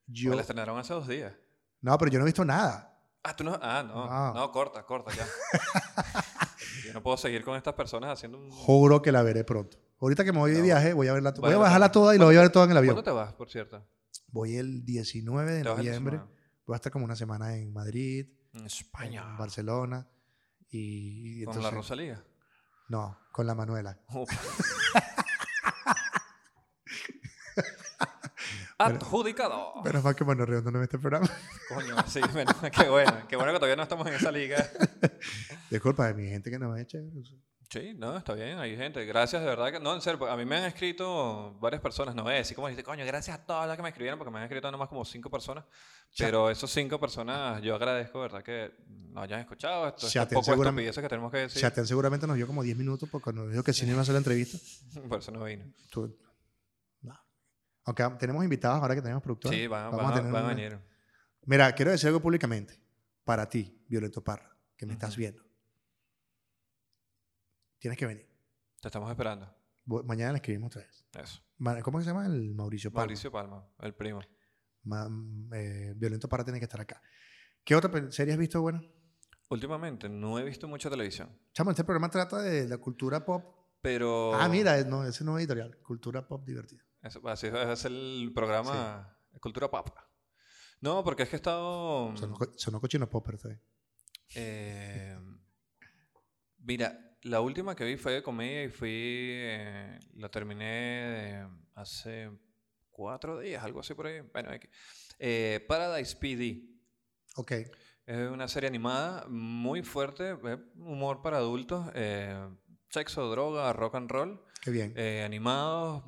A: yo
B: Pues la estrenaron hace dos días.
A: no, pero yo no he visto nada.
B: Ah, tú no. Ah, no.
A: No.
B: No, corta, corta ya. yo no puedo seguir con estas personas haciendo un.
A: Juro que la veré pronto. Ahorita que me voy de
B: No.
A: viaje, voy a verla. to- Voy a
B: Vale la
A: bajarla
B: pena.
A: toda y la voy a ver toda en el avión.
B: ¿Cuándo te vas, por cierto?
A: Voy el 19 de
B: ¿Te vas el
A: noviembre.
B: 19?
A: Voy a estar como una semana en Madrid,
B: En España.
A: en Barcelona. Y, y
B: Con la
A: entonces-
B: Rosalía.
A: No, con la Manuela.
B: Uf.
A: Pero-
B: Adjudicado.
A: Menos mal que Mano Redondo no ve este programa.
B: Coño, sí, menos- qué bueno. Qué bueno que todavía no estamos en esa liga.
A: Disculpa de mi gente que nos echa.
B: Sí, no, está bien, hay gente. Gracias, de verdad que. No, en serio, pues, a mí me han escrito varias personas, no es así como dice, coño, gracias a todas las que me escribieron, porque me han escrito nomás como cinco personas.
A: Ya.
B: Pero esos cinco personas, yo agradezco, ¿verdad? Que nos hayan escuchado. Esto es
A: Ya
B: un
A: te-
B: poco
A: seguramente-
B: estupideces que tenemos que decir.
A: Chatén seguramente nos vio como 10 minutos porque nos dijo que sí no iba a hacer la entrevista.
B: Por eso no vino.
A: Tú- no. Aunque tenemos invitados ahora que tenemos productores.
B: sí, van,
A: Vamos
B: van a-
A: tener
B: van a
A: una-
B: venir.
A: Mira, quiero decir algo públicamente. Para ti, Violeto Parra, que me estás
B: Ujú.
A: viendo. Tienes que venir.
B: Te estamos esperando.
A: Voy- mañana le escribimos otra vez.
B: Eso.
A: Ma- ¿Cómo que se llama? El Mauricio Parra.
B: Mauricio Palma, el primo.
A: Ma- eh, Violento Parra tiene que estar acá. ¿Qué otra pe- serie has visto buena?
B: Últimamente no he visto mucha televisión.
A: Chamo, este programa trata de la cultura pop.
B: Pero.
A: Ah, mira, no, ese no es editorial. Cultura pop divertida.
B: Eso, así es el programa Cultura Papa. No, porque es que he estado.
A: Sonó, co- sonó cochino pop, pero está bien.
B: Eh, mira, la última que vi fue de comedia y fui. eh, la terminé eh, hace cuatro días, algo así por ahí. Bueno, X. Eh, Paradise PD.
A: Ok.
B: Es una serie animada muy fuerte, eh, humor para adultos, eh, sexo, droga, rock and roll,
A: Qué bien.
B: eh, animados,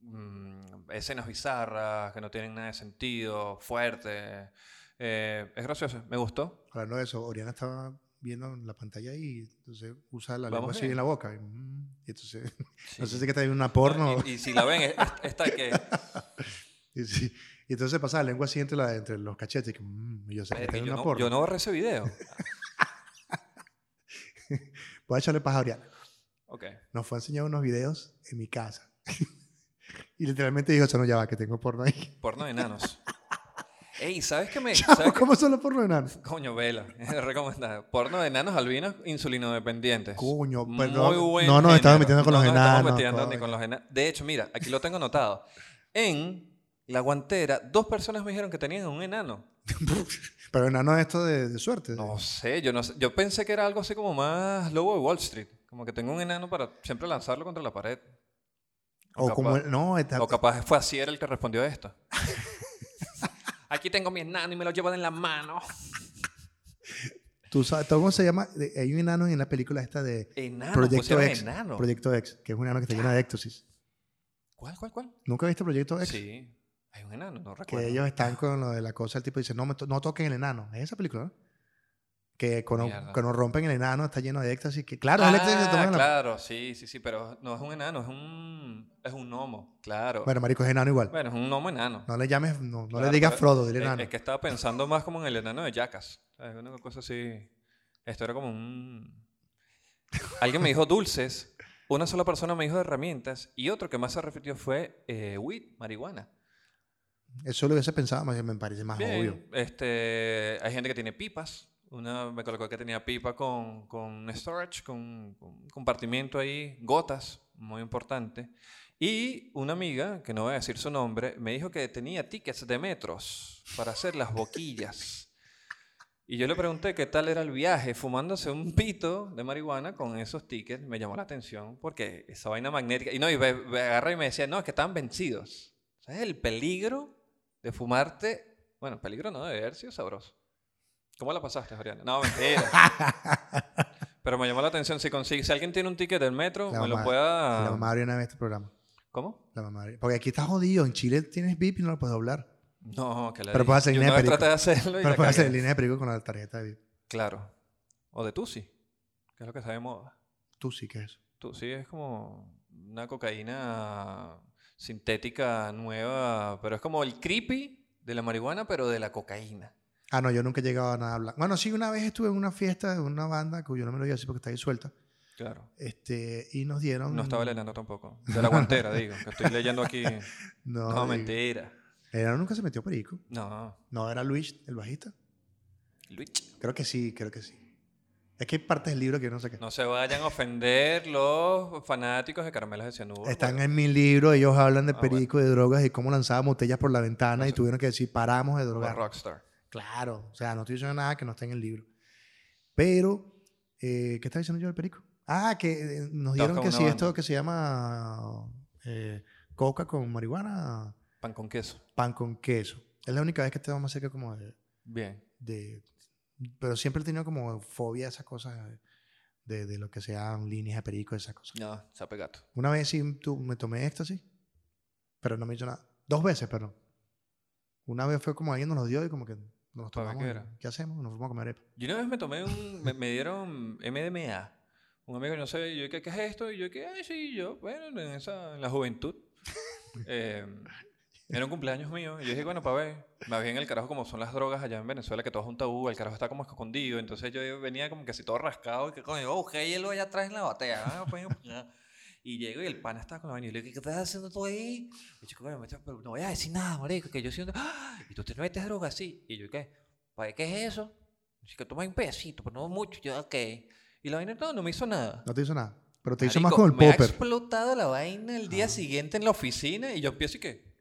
B: mm, escenas bizarras que no tienen nada de sentido, fuerte. Eh, es gracioso, me gustó.
A: Hablando de eso, Oriana estaba viendo la pantalla y entonces usa la
B: Vamos
A: lengua así
B: bien.
A: en la boca. Y, mm, y entonces, no sé
B: Sí.
A: si es que está viendo una
B: No,
A: porno.
B: Y, y si la ven, es- es- está que.
A: Y, sí, y entonces pasa la lengua así entre, la, entre los cachetes. que, mm, y yo sé que
B: Verga,
A: está en
B: yo,
A: una
B: no,
A: porno.
B: yo no borré ese video.
A: Voy a echarle paja a Oriana.
B: Ok.
A: Nos fue a enseñar unos videos en mi casa. y literalmente dijo, eso no, ya va, que tengo porno ahí.
B: Porno de enanos. Ey, ¿sabes qué me.?
A: Chamo,
B: ¿sabes qué-
A: ¿Cómo son los porno enanos?
B: Coño, vela. Recomendado. Porno de enanos albinos insulinodependientes.
A: Coño,
B: Muy
A: perdón.
B: buen
A: no nos estamos
B: género.
A: metiendo con
B: No
A: los
B: nos
A: enanos.
B: Estamos metiendo ni
A: coño.
B: con los enanos. De hecho, mira, aquí lo tengo anotado. En la guantera, dos personas me dijeron que tenían un enano.
A: Pero enano es esto de, de suerte.
B: No sé, yo no sé. Yo pensé que era algo así como más lobo de Wall Street. Como que tengo un enano para siempre lanzarlo contra la pared.
A: o como...
B: capaz-
A: el- No, está-
B: O capaz fue así era el que respondió a esto. Aquí tengo mi enano y me lo llevo en la mano.
A: Tú sabes, ¿tú ¿cómo se llama? De- Hay un enano en la película esta de
B: Enano,
A: Proyecto
B: pusieron
A: X.
B: enano.
A: Proyecto X, que es un enano que está lleno de éxtasis.
B: ¿Cuál, cuál, cuál?
A: ¿Nunca viste Proyecto X?
B: Sí, hay un enano, no
A: Que
B: recuerdo.
A: ellos están con lo de la cosa, el tipo dice, no, me to- no toquen el enano. Es esa película, ¿no? Que cuando,
B: Mierda.
A: cuando rompen el enano está lleno de éxtasis. Que, claro, es el éxtasis que
B: Ah,
A: toman la-
B: claro, sí, sí, sí, pero no es un enano, es un, es un gnomo, claro. Bueno,
A: Bueno, marico, es enano igual.
B: es un gnomo enano.
A: no le llames, no, no
B: Claro,
A: le digas
B: pero
A: Frodo, dile
B: Es-
A: enano.
B: Es que estaba pensando más como en el enano de Jackass. ¿sabes? Una cosa así. Esto era como un. Alguien me dijo dulces Una sola persona me dijo de herramientas y otro que más se repitió fue eh, weed, marihuana.
A: Eso lo hubiese pensado, más- me parece más
B: Bien,
A: obvio.
B: Este, hay gente que tiene pipas. Una me colocó que tenía pipa con, con storage, con, con un compartimiento ahí, gotas, muy importante. Y una amiga, que no voy a decir su nombre, me dijo que tenía tickets de metros para hacer las boquillas. Y yo le pregunté qué tal era el viaje fumándose un pito de marihuana con esos tickets. Me llamó la atención porque esa vaina magnética. Y no, y me, me agarra y me decía, no, es que estaban vencidos. ¿Sabes el peligro de fumarte? Bueno, peligro no, debe haber sido sabroso. ¿Cómo la pasaste, Oriana? No, mentira. Pero me llamó la atención. Si consigue, si alguien tiene un ticket del metro,
A: La
B: me lo
A: mamá-
B: pueda.
A: La mamá abrió una vez este programa.
B: ¿Cómo?
A: La mamá abrió- Porque aquí está jodido. En Chile tienes VIP y no lo puedes doblar.
B: No, que la
A: Pero puedes hacer
B: Yo
A: línea
B: una
A: de
B: vez
A: perico.
B: traté de hacerlo y
A: Pero
B: la
A: puedes hacer
B: cagué.
A: línea de perico con la tarjeta de VIP.
B: Claro. O de Tusi, que es lo que sabemos.
A: Tú sí que es.
B: Tusi es como una cocaína sintética nueva, pero es como el creepy de la marihuana, pero de la cocaína.
A: Ah, no, yo nunca he llegado a nada blanco. Bueno, sí, una vez estuve en una fiesta de una banda cuyo nombre lo voy a decir porque está ahí suelta.
B: Claro.
A: Este, y nos dieron.
B: No estaba leyendo tampoco. De la guantera, digo, que estoy leyendo aquí.
A: No,
B: No,
A: digo,
B: mentira.
A: Leonardo nunca se metió perico.
B: No.
A: No, era Luis, el bajista.
B: Luis.
A: Creo que sí, creo que sí. Es que hay partes del libro que yo no sé qué.
B: No se vayan a ofender los fanáticos de caramelos de cianuro.
A: Están
B: bueno.
A: en mi libro, ellos hablan de
B: Ah,
A: perico, de drogas y cómo lanzaban botellas por la ventana y
B: Eso.
A: tuvieron que decir, paramos de
B: Como
A: drogar.
B: Rockstar.
A: Claro, o sea, no estoy diciendo nada que no esté en el libro. Pero, eh, ¿qué está diciendo yo del perico? Ah, que eh, nos dieron
B: Toca
A: que
B: una
A: sí, esto
B: banda.
A: que se llama eh, coca con marihuana,
B: Pan con queso.
A: pan con queso. Es la única vez que estamos más cerca como de,
B: Bien.
A: de- Pero siempre he tenido como fobia a esas cosas eh, de, de lo que sean líneas de perico, esas cosas.
B: No, se ha pegado.
A: Una vez sí tu- me tomé éxtasis, pero no me hizo nada. Dos veces, perdón. Una vez fue como alguien nos lo dio y como que nos
B: ¿Para
A: tomamos.
B: qué
A: y,
B: era?
A: ¿Qué hacemos? Nos fuimos a comer arepa.
B: Yo una vez me tomé un. Me, me dieron MDMA. Un amigo que no sé, y yo, ¿qué, qué es esto? Y yo, ¿qué? Ay, sí, yo, bueno, en, esa, en la juventud. Eh, era un cumpleaños mío. Y yo dije, bueno, para ver. Más bien el carajo, como son las drogas allá en Venezuela, que todo es un tabú, el carajo está como escondido. Entonces yo venía como que así todo rascado, y que coño, oh, que hielo allá atrás en la batea. ah, coño, ah. Y llego y el pana está con la vaina. Y le digo, ¿qué estás haciendo tú ahí? Y yo, coño, macho, pero no voy a decir nada, marico, que yo siento. ¡Ah! Y tú te metes droga así. Y yo, ¿qué? ¿Para qué es eso? Dice que tomas un pedacito, pero no mucho. Yo, ok. Y la vaina no, no me hizo nada.
A: No te hizo nada. Pero te hizo más
B: Marico,
A: con el
B: me ha
A: popper.
B: explotado la vaina el día siguiente en la oficina y yo empiezo y que...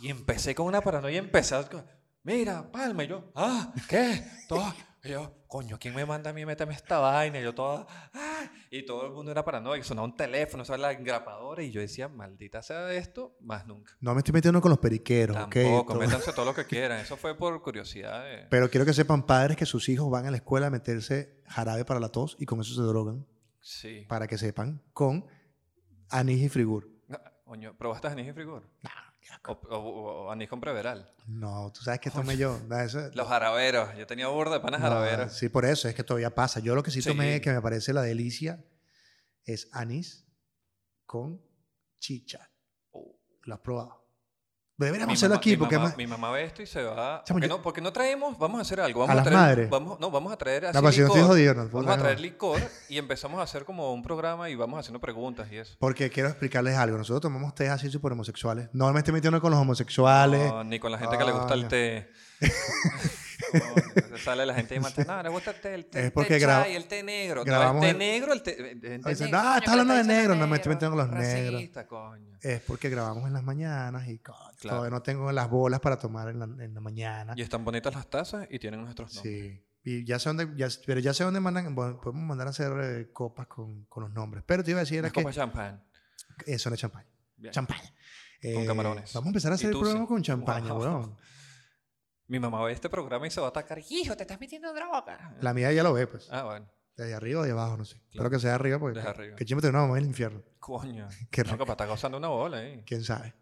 B: Y empecé con una paranoia, empecé con... Mira, palma, y yo, ah, ¿qué? Todo, y yo, coño, ¿quién me manda a mí a meterme esta vaina? Y yo todo, ah, y todo el mundo era paranoico, sonaba un teléfono, sonaba la engrapadora, y yo decía, maldita sea esto, más nunca.
A: No me estoy metiendo con los periqueros, ¿ok?
B: Tampoco,
A: Todo-
B: métanse todo lo que quieran, eso fue por curiosidad. eh.
A: Pero quiero que sepan, padres, que sus hijos van a la escuela a meterse jarabe para la tos y con eso se drogan,
B: Sí.
A: para que sepan, con anís y frigur.
B: No, Coño, ¿probaste anís y frigor? O, o- o anís con preveral.
A: No, tú sabes que tomé yo. No, eso-
B: Los jaraberos. Yo tenía burda de panas
A: no,
B: jaraberos.
A: sí, por eso, es que todavía pasa. Yo lo que sí
B: Sí.
A: tomé, que me parece la delicia, es anís con chicha.
B: Oh.
A: ¿Lo has probado? Deberíamos
B: Mi
A: hacerlo
B: mamá-
A: aquí,
B: mi
A: porque
B: mamá,
A: más-
B: mi mamá ve esto y se va.
A: Chamo,
B: ¿Por qué,
A: yo-
B: no, ¿Por qué no traemos? Vamos a hacer algo. Vamos
A: A
B: a,
A: las
B: traer,
A: madres.
B: Vamos, no, vamos a traer así
A: No, pero si no estoy
B: licor.
A: jodido, no,
B: vamos a
A: no.
B: traer licor y empezamos a hacer como un programa y vamos haciendo preguntas y eso.
A: Porque quiero explicarles algo. Nosotros tomamos té así super homosexuales. No me estoy metiendo con los homosexuales.
B: No, ni con la gente que le
A: Ah.
B: gusta el té. No, sale la gente y mata. No, le gusta el té. El té,
A: Es
B: el té
A: porque gra-
B: chai, el té negro.
A: grabamos
B: No, el té
A: el-
B: negro, el té. el té
A: Ah, dicen, "Ah, está
B: negro, coño, ¿qué
A: hablando de
B: diciendo
A: negro, no me estoy metiendo con los negros".
B: Racista, coño.
A: Es porque grabamos en las mañanas y coño,
B: Claro.
A: todavía no tengo las bolas para tomar en la, en la mañana.
B: Y están bonitas las tazas y tienen nuestros nombres.
A: Sí. Y ya sé dónde, ya- pero ya sé dónde mandan, bueno, podemos mandar a hacer eh, copas con, con los nombres. Pero te iba a decir era
B: Unas
A: que
B: copas de champán.
A: eh, son de champaña.
B: Bien.
A: Champaña.
B: Con
A: Eh,
B: camarones.
A: Vamos a empezar a
B: Y
A: hacer el
B: tú, sí.
A: programa con champaña,
B: Wow.
A: weón.
B: Mi mamá ve este programa y se va a atacar. Hijo, te estás metiendo droga.
A: La mía ya lo ve, pues.
B: Ah, bueno.
A: De arriba o de abajo, no sé. Espero
B: Claro.
A: que sea arriba porque
B: Desde arriba.
A: que siempre te vamos a ir al infierno.
B: Coño.
A: Qué
B: No, capaz está gozando una bola ahí.
A: ¿Quién sabe?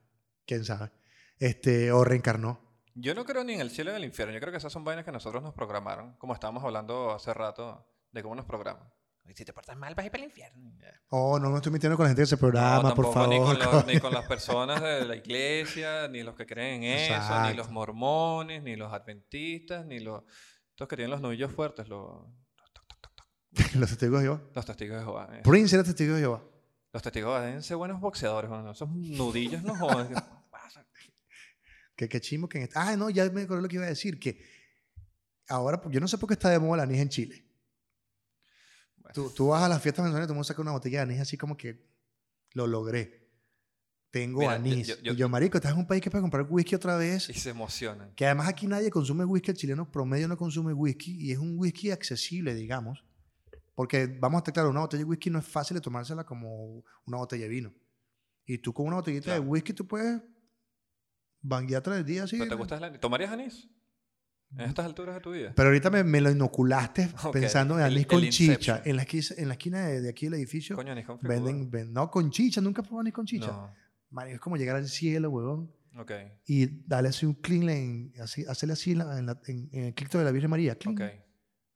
A: ¿Quién sabe? Este, o reencarnó.
B: Yo no creo ni en el cielo ni en el infierno. Yo creo que esas son vainas que nosotros nos programaron. Como estábamos hablando hace rato de cómo nos programan. Y si te portas mal, vas a ir para el infierno. Ya.
A: Oh, no me estoy metiendo con la gente que se programa,
B: no,
A: por
B: tampoco
A: favor.
B: Ni con, los-
A: coño.
B: ni con las personas de la iglesia, ni los que creen en eso, ni
A: Exacto.
B: los mormones, ni los adventistas, ni los. Estos que tienen los nudillos fuertes, los. los toc, toc, toc, toc.
A: los testigos de Jehová.
B: Los testigos de Jehová. eh.
A: Prince era testigo de Jehová.
B: Los testigos de Jehová, dense buenos boxeadores, bueno, esos nudillos no jodan. ¿Qué pasa?
A: Que, que chimbo que en este- Ah, no, ya me acordé lo que iba a decir. Que ahora, yo no sé por qué está de moda la anís en Chile. Tú, tú vas a las fiestas venezolanas y tú me sacas una botella de anís así como que lo logré. Tengo
B: Mira, yo-
A: anís.
B: yo- yo-
A: y yo, marico, estás en un país que para comprar whisky otra vez.
B: Y se emocionan.
A: Que además aquí nadie consume whisky, el chileno promedio no consume whisky y es un whisky accesible, digamos. Porque vamos a estar claros, una botella de whisky no es fácil de tomársela como una botella de vino. Y tú con una botellita de
B: Claro.
A: whisky tú puedes banguear tres días así.
B: ¿Pero te gusta el anís? ¿Tomarías anís? En
A: Mm.
B: estas alturas de tu vida.
A: Pero ahorita me, me lo inoculaste
B: Ok,
A: pensando en
B: el-
A: anís
B: el
A: con
B: Inception.
A: chicha. En la, esquina, en la esquina de, de aquí del edificio
B: Coño, anís con fritura.
A: venden, ven- No, con chicha. Nunca probado anís con chicha.
B: No.
A: Marico, es como llegar al cielo, huevón.
B: Ok,
A: Y darle así un clean, en- así, hacerle así en, la- en la- en- en el clicto de la Virgen María. clean,
B: ok.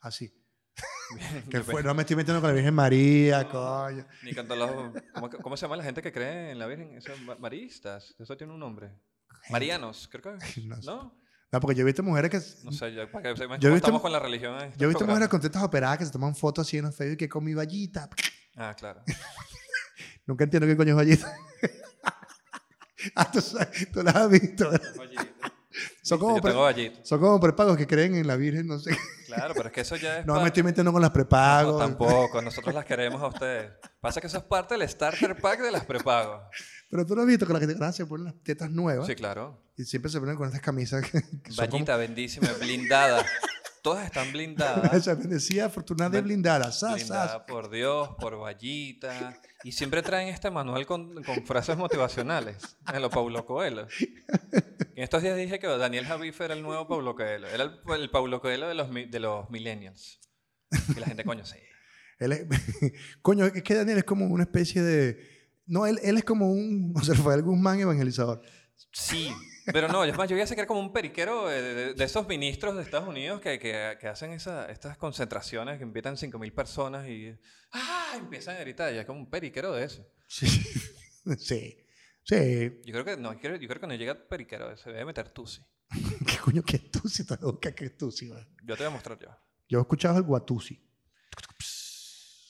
A: Así.
B: Bien,
A: Que
B: yo
A: fue,
B: pe-
A: no me estoy metiendo con la Virgen María, coño.
B: Ni con todos los- ¿cómo, que- cómo se llama la gente que cree en la Virgen? Esos ma- maristas. Eso tiene un nombre. Marianos, creo que.
A: No, sé.
B: ¿No?
A: No, porque yo he visto mujeres que.
B: No sé, yo, para que sepan
A: Yo he
B: cómo
A: visto-
B: estamos con la religión. en este
A: yo he visto
B: programa.
A: mujeres con tetas operadas que se toman fotos así en los Facebook y que con mi vallita.
B: Ah, claro.
A: Nunca entiendo qué coño es vallita. ah, tú, sabes- tú las has visto. ¿verdad? Son como,
B: Yo
A: pre-
B: tengo gallito.
A: son como prepagos que creen en la Virgen, no sé.
B: Claro, pero es que eso ya es.
A: No
B: pa-
A: me estoy metiendo con las
B: No,
A: prepagos.
B: tampoco. Nosotros las queremos a ustedes. Pasa que eso es parte del starter pack de las prepagos.
A: Pero tú lo has visto que las que te ganan se ponen las tetas nuevas
B: Sí, claro.
A: y siempre se ponen con estas camisas que, que son como-
B: Vallita, bendísima, blindada. Todas están blindadas.
A: Esa bendecida, afortunada y
B: Ben-
A: blindada. Sas, sas.
B: Blindada por Dios, por Vallita. Y siempre traen este manual con, con frases motivacionales. En lo Paulo Coelho. En estos días dije que Daniel Javif era el nuevo Paulo Coelho. Era el, el Paulo Coelho de los, mi- de los millennials. Y la gente, coño, sí.
A: Él es- coño, es que Daniel es como una especie de... No, él, él es como un José Rafael Guzmán evangelizador.
B: Sí, pero no, es más, yo voy a sacar como un periquero eh, de, de- de esos ministros de Estados Unidos que, que- que hacen esa- estas concentraciones que invitan 5.000 personas y ¡ah! empiezan a gritar, ya es como un periquero de eso.
A: Sí. sí. Sí.
B: Yo creo que no, yo creo, yo creo que no llega periquero, se debe meter Tusi.
A: ¿Qué coño que es Tusi? Estás loca que es Tusi, va?
B: Yo te voy a mostrar yo.
A: Yo he escuchado el Guatusi.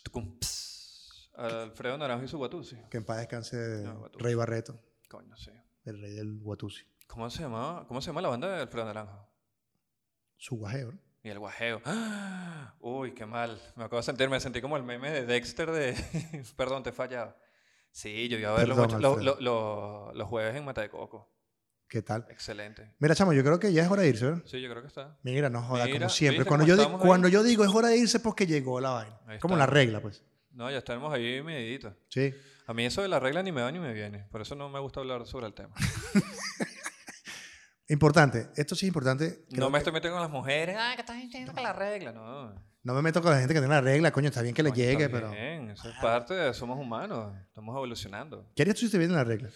B: Tucum, ps. Alfredo Naranjo y su Guatusi.
A: Que en paz descanse
B: No, Guatusi.
A: Rey Barreto,
B: Coño, sí.
A: el rey del Guatusi.
B: ¿Cómo se, llamaba? ¿Cómo se llama la banda de Alfredo Naranjo?
A: Su guajeo. ¿no?
B: Y el guajeo. ¡Ah! Uy, qué mal. Me acabo de sentir, me sentí como el meme de Dexter de... Perdón, te he fallado. Sí, yo iba a verlo
A: Perdón,
B: mucho- lo-
A: Alfredo.
B: lo- lo- los jueves en Mata de Coco.
A: ¿Qué tal?
B: Excelente.
A: Mira, chamo, yo creo que ya es hora de irse, ¿verdad?
B: Sí, yo creo que está.
A: Mira, no joda,
B: Mira,
A: como siempre.
B: ¿viste
A: Cuando,
B: cómo
A: yo, di-
B: estamos ahí?
A: cuando yo digo es hora de irse porque llegó la
B: Ahí
A: vaina. Como
B: está.
A: la regla, pues.
B: No, ya estamos ahí medidito.
A: Sí.
B: A mí eso de la regla ni me va ni me viene. Por eso no me gusta hablar sobre el tema.
A: Importante. Esto sí es importante. Creo
B: no
A: que-
B: me estoy metiendo con las mujeres. Ah, que estás diciendo que la regla. No.
A: no me meto con la gente que tiene la regla, coño. Está bien que le
B: Coño,
A: llegue,
B: está
A: pero... Ah.
B: bien, Eso es parte de... Somos humanos. Estamos evolucionando.
A: ¿Qué harías tú si te vienen las reglas?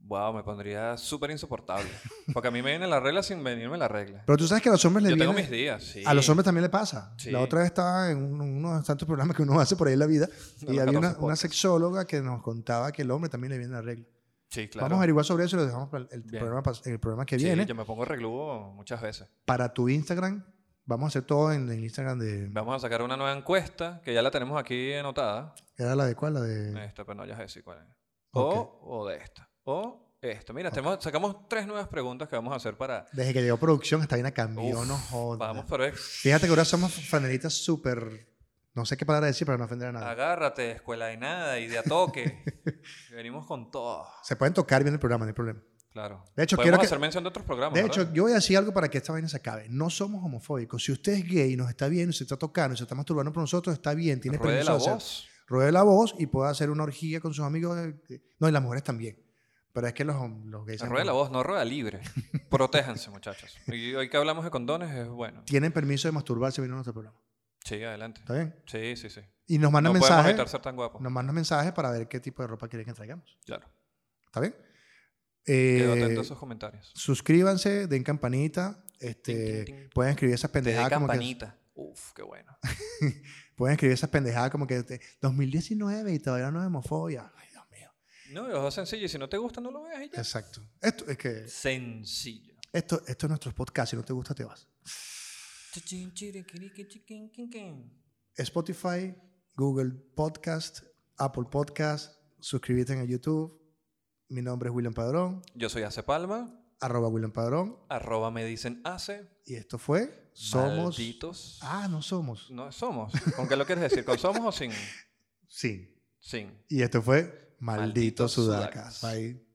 B: Wow, me pondría súper insoportable. Porque a mí me viene la regla sin venirme la regla.
A: Pero tú sabes que a los hombres les
B: Yo tengo
A: viene...
B: mis días, sí.
A: A los hombres también le pasa.
B: Sí.
A: La otra vez estaba en un- uno de los tantos programas que uno hace por ahí en la vida
B: De
A: y
B: los
A: había
B: 14
A: una, una
B: podcasts.
A: sexóloga que nos contaba que el hombre también le viene la regla.
B: Sí, claro.
A: Vamos a averiguar sobre eso y lo dejamos para el- el,
B: Bien.
A: programa, pas- el programa que
B: Sí,
A: viene.
B: yo me pongo regludo muchas veces.
A: Para tu Instagram, vamos a hacer todo en el Instagram de...
B: Vamos a sacar una nueva encuesta que ya la tenemos aquí anotada.
A: ¿Era la de cuál? La de...
B: Esta, pero no, ya sé decir cuál es. O,
A: Ok.
B: o de esta. O esta. Mira, tenemos- sacamos tres nuevas preguntas que vamos a hacer para.
A: Desde que llegó producción esta vaina cambió,
B: Uf,
A: no joda.
B: Vamos, pero es-
A: Fíjate que ahora somos franelitas súper... No sé qué palabra decir para no ofender a nadie.
B: agárrate, escuela de nada y de a toque. Que Venimos con todo.
A: Se pueden tocar bien el programa, no hay problema.
B: Claro.
A: De hecho,
B: Podemos
A: quiero que-
B: hacer mención de otros programas.
A: De
B: ¿verdad?
A: hecho, yo voy a decir algo para que esta vaina se acabe. No somos homofóbicos. Si usted es gay y nos está viendo, y se está tocando, y se está masturbando por nosotros, está bien, tiene
B: Ruede
A: permiso
B: la
A: de hacer-
B: voz.
A: Ruede la voz y puede hacer una orgía con sus amigos. eh, No, y las mujeres también. Pero es que los, hom- los gays
B: Rueda la
A: tienen-
B: voz, no rueda libre. Protéjanse, muchachos. Y hoy que hablamos de condones es bueno.
A: tienen permiso de masturbarse viendo nuestro programa.
B: Sí, adelante.
A: ¿Está bien?
B: Sí, sí, sí.
A: Y nos mandan
B: no podemos evitar
A: mensajes.
B: ser tan guapos.
A: Nos mandan mensajes para ver qué tipo de ropa quieren que traigamos.
B: Claro.
A: ¿Está bien?
B: Quedo
A: Eh,
B: atento a esos comentarios.
A: suscríbanse, den campanita. Este,
B: Tin, tin, tin.
A: Pueden escribir esas
B: Te
A: pendejadas
B: dé
A: como que-
B: campanita. Uf, qué bueno.
A: Pueden escribir esas pendejadas como que te- 2019 y todavía no es homofobia. Ay, Dios mío.
B: No, es sencillo. Y si no te gusta, no lo veas y ya.
A: Exacto. Esto es que
B: Sencillo.
A: esto, esto es nuestros podcasts. Si no te gusta, te vas.
B: Chiquin, chiquin, chiquin, chiquin, chiquin.
A: Spotify, Google Podcast, Apple Podcast, suscríbete en el YouTube. Mi nombre es William Padrón,
B: Yo soy Ace Palma,
A: arroba William Padrón.
B: arroba me dicen Ace.
A: Y esto fue Somos...
B: Malditos.
A: Ah, no somos.
B: No, somos. ¿Con qué lo quieres decir? ¿Con somos o sin?
A: Sí.
B: Sin.
A: Y esto fue Malditos
B: Malditos
A: Sudacas.
B: Sudacas.
A: Bye.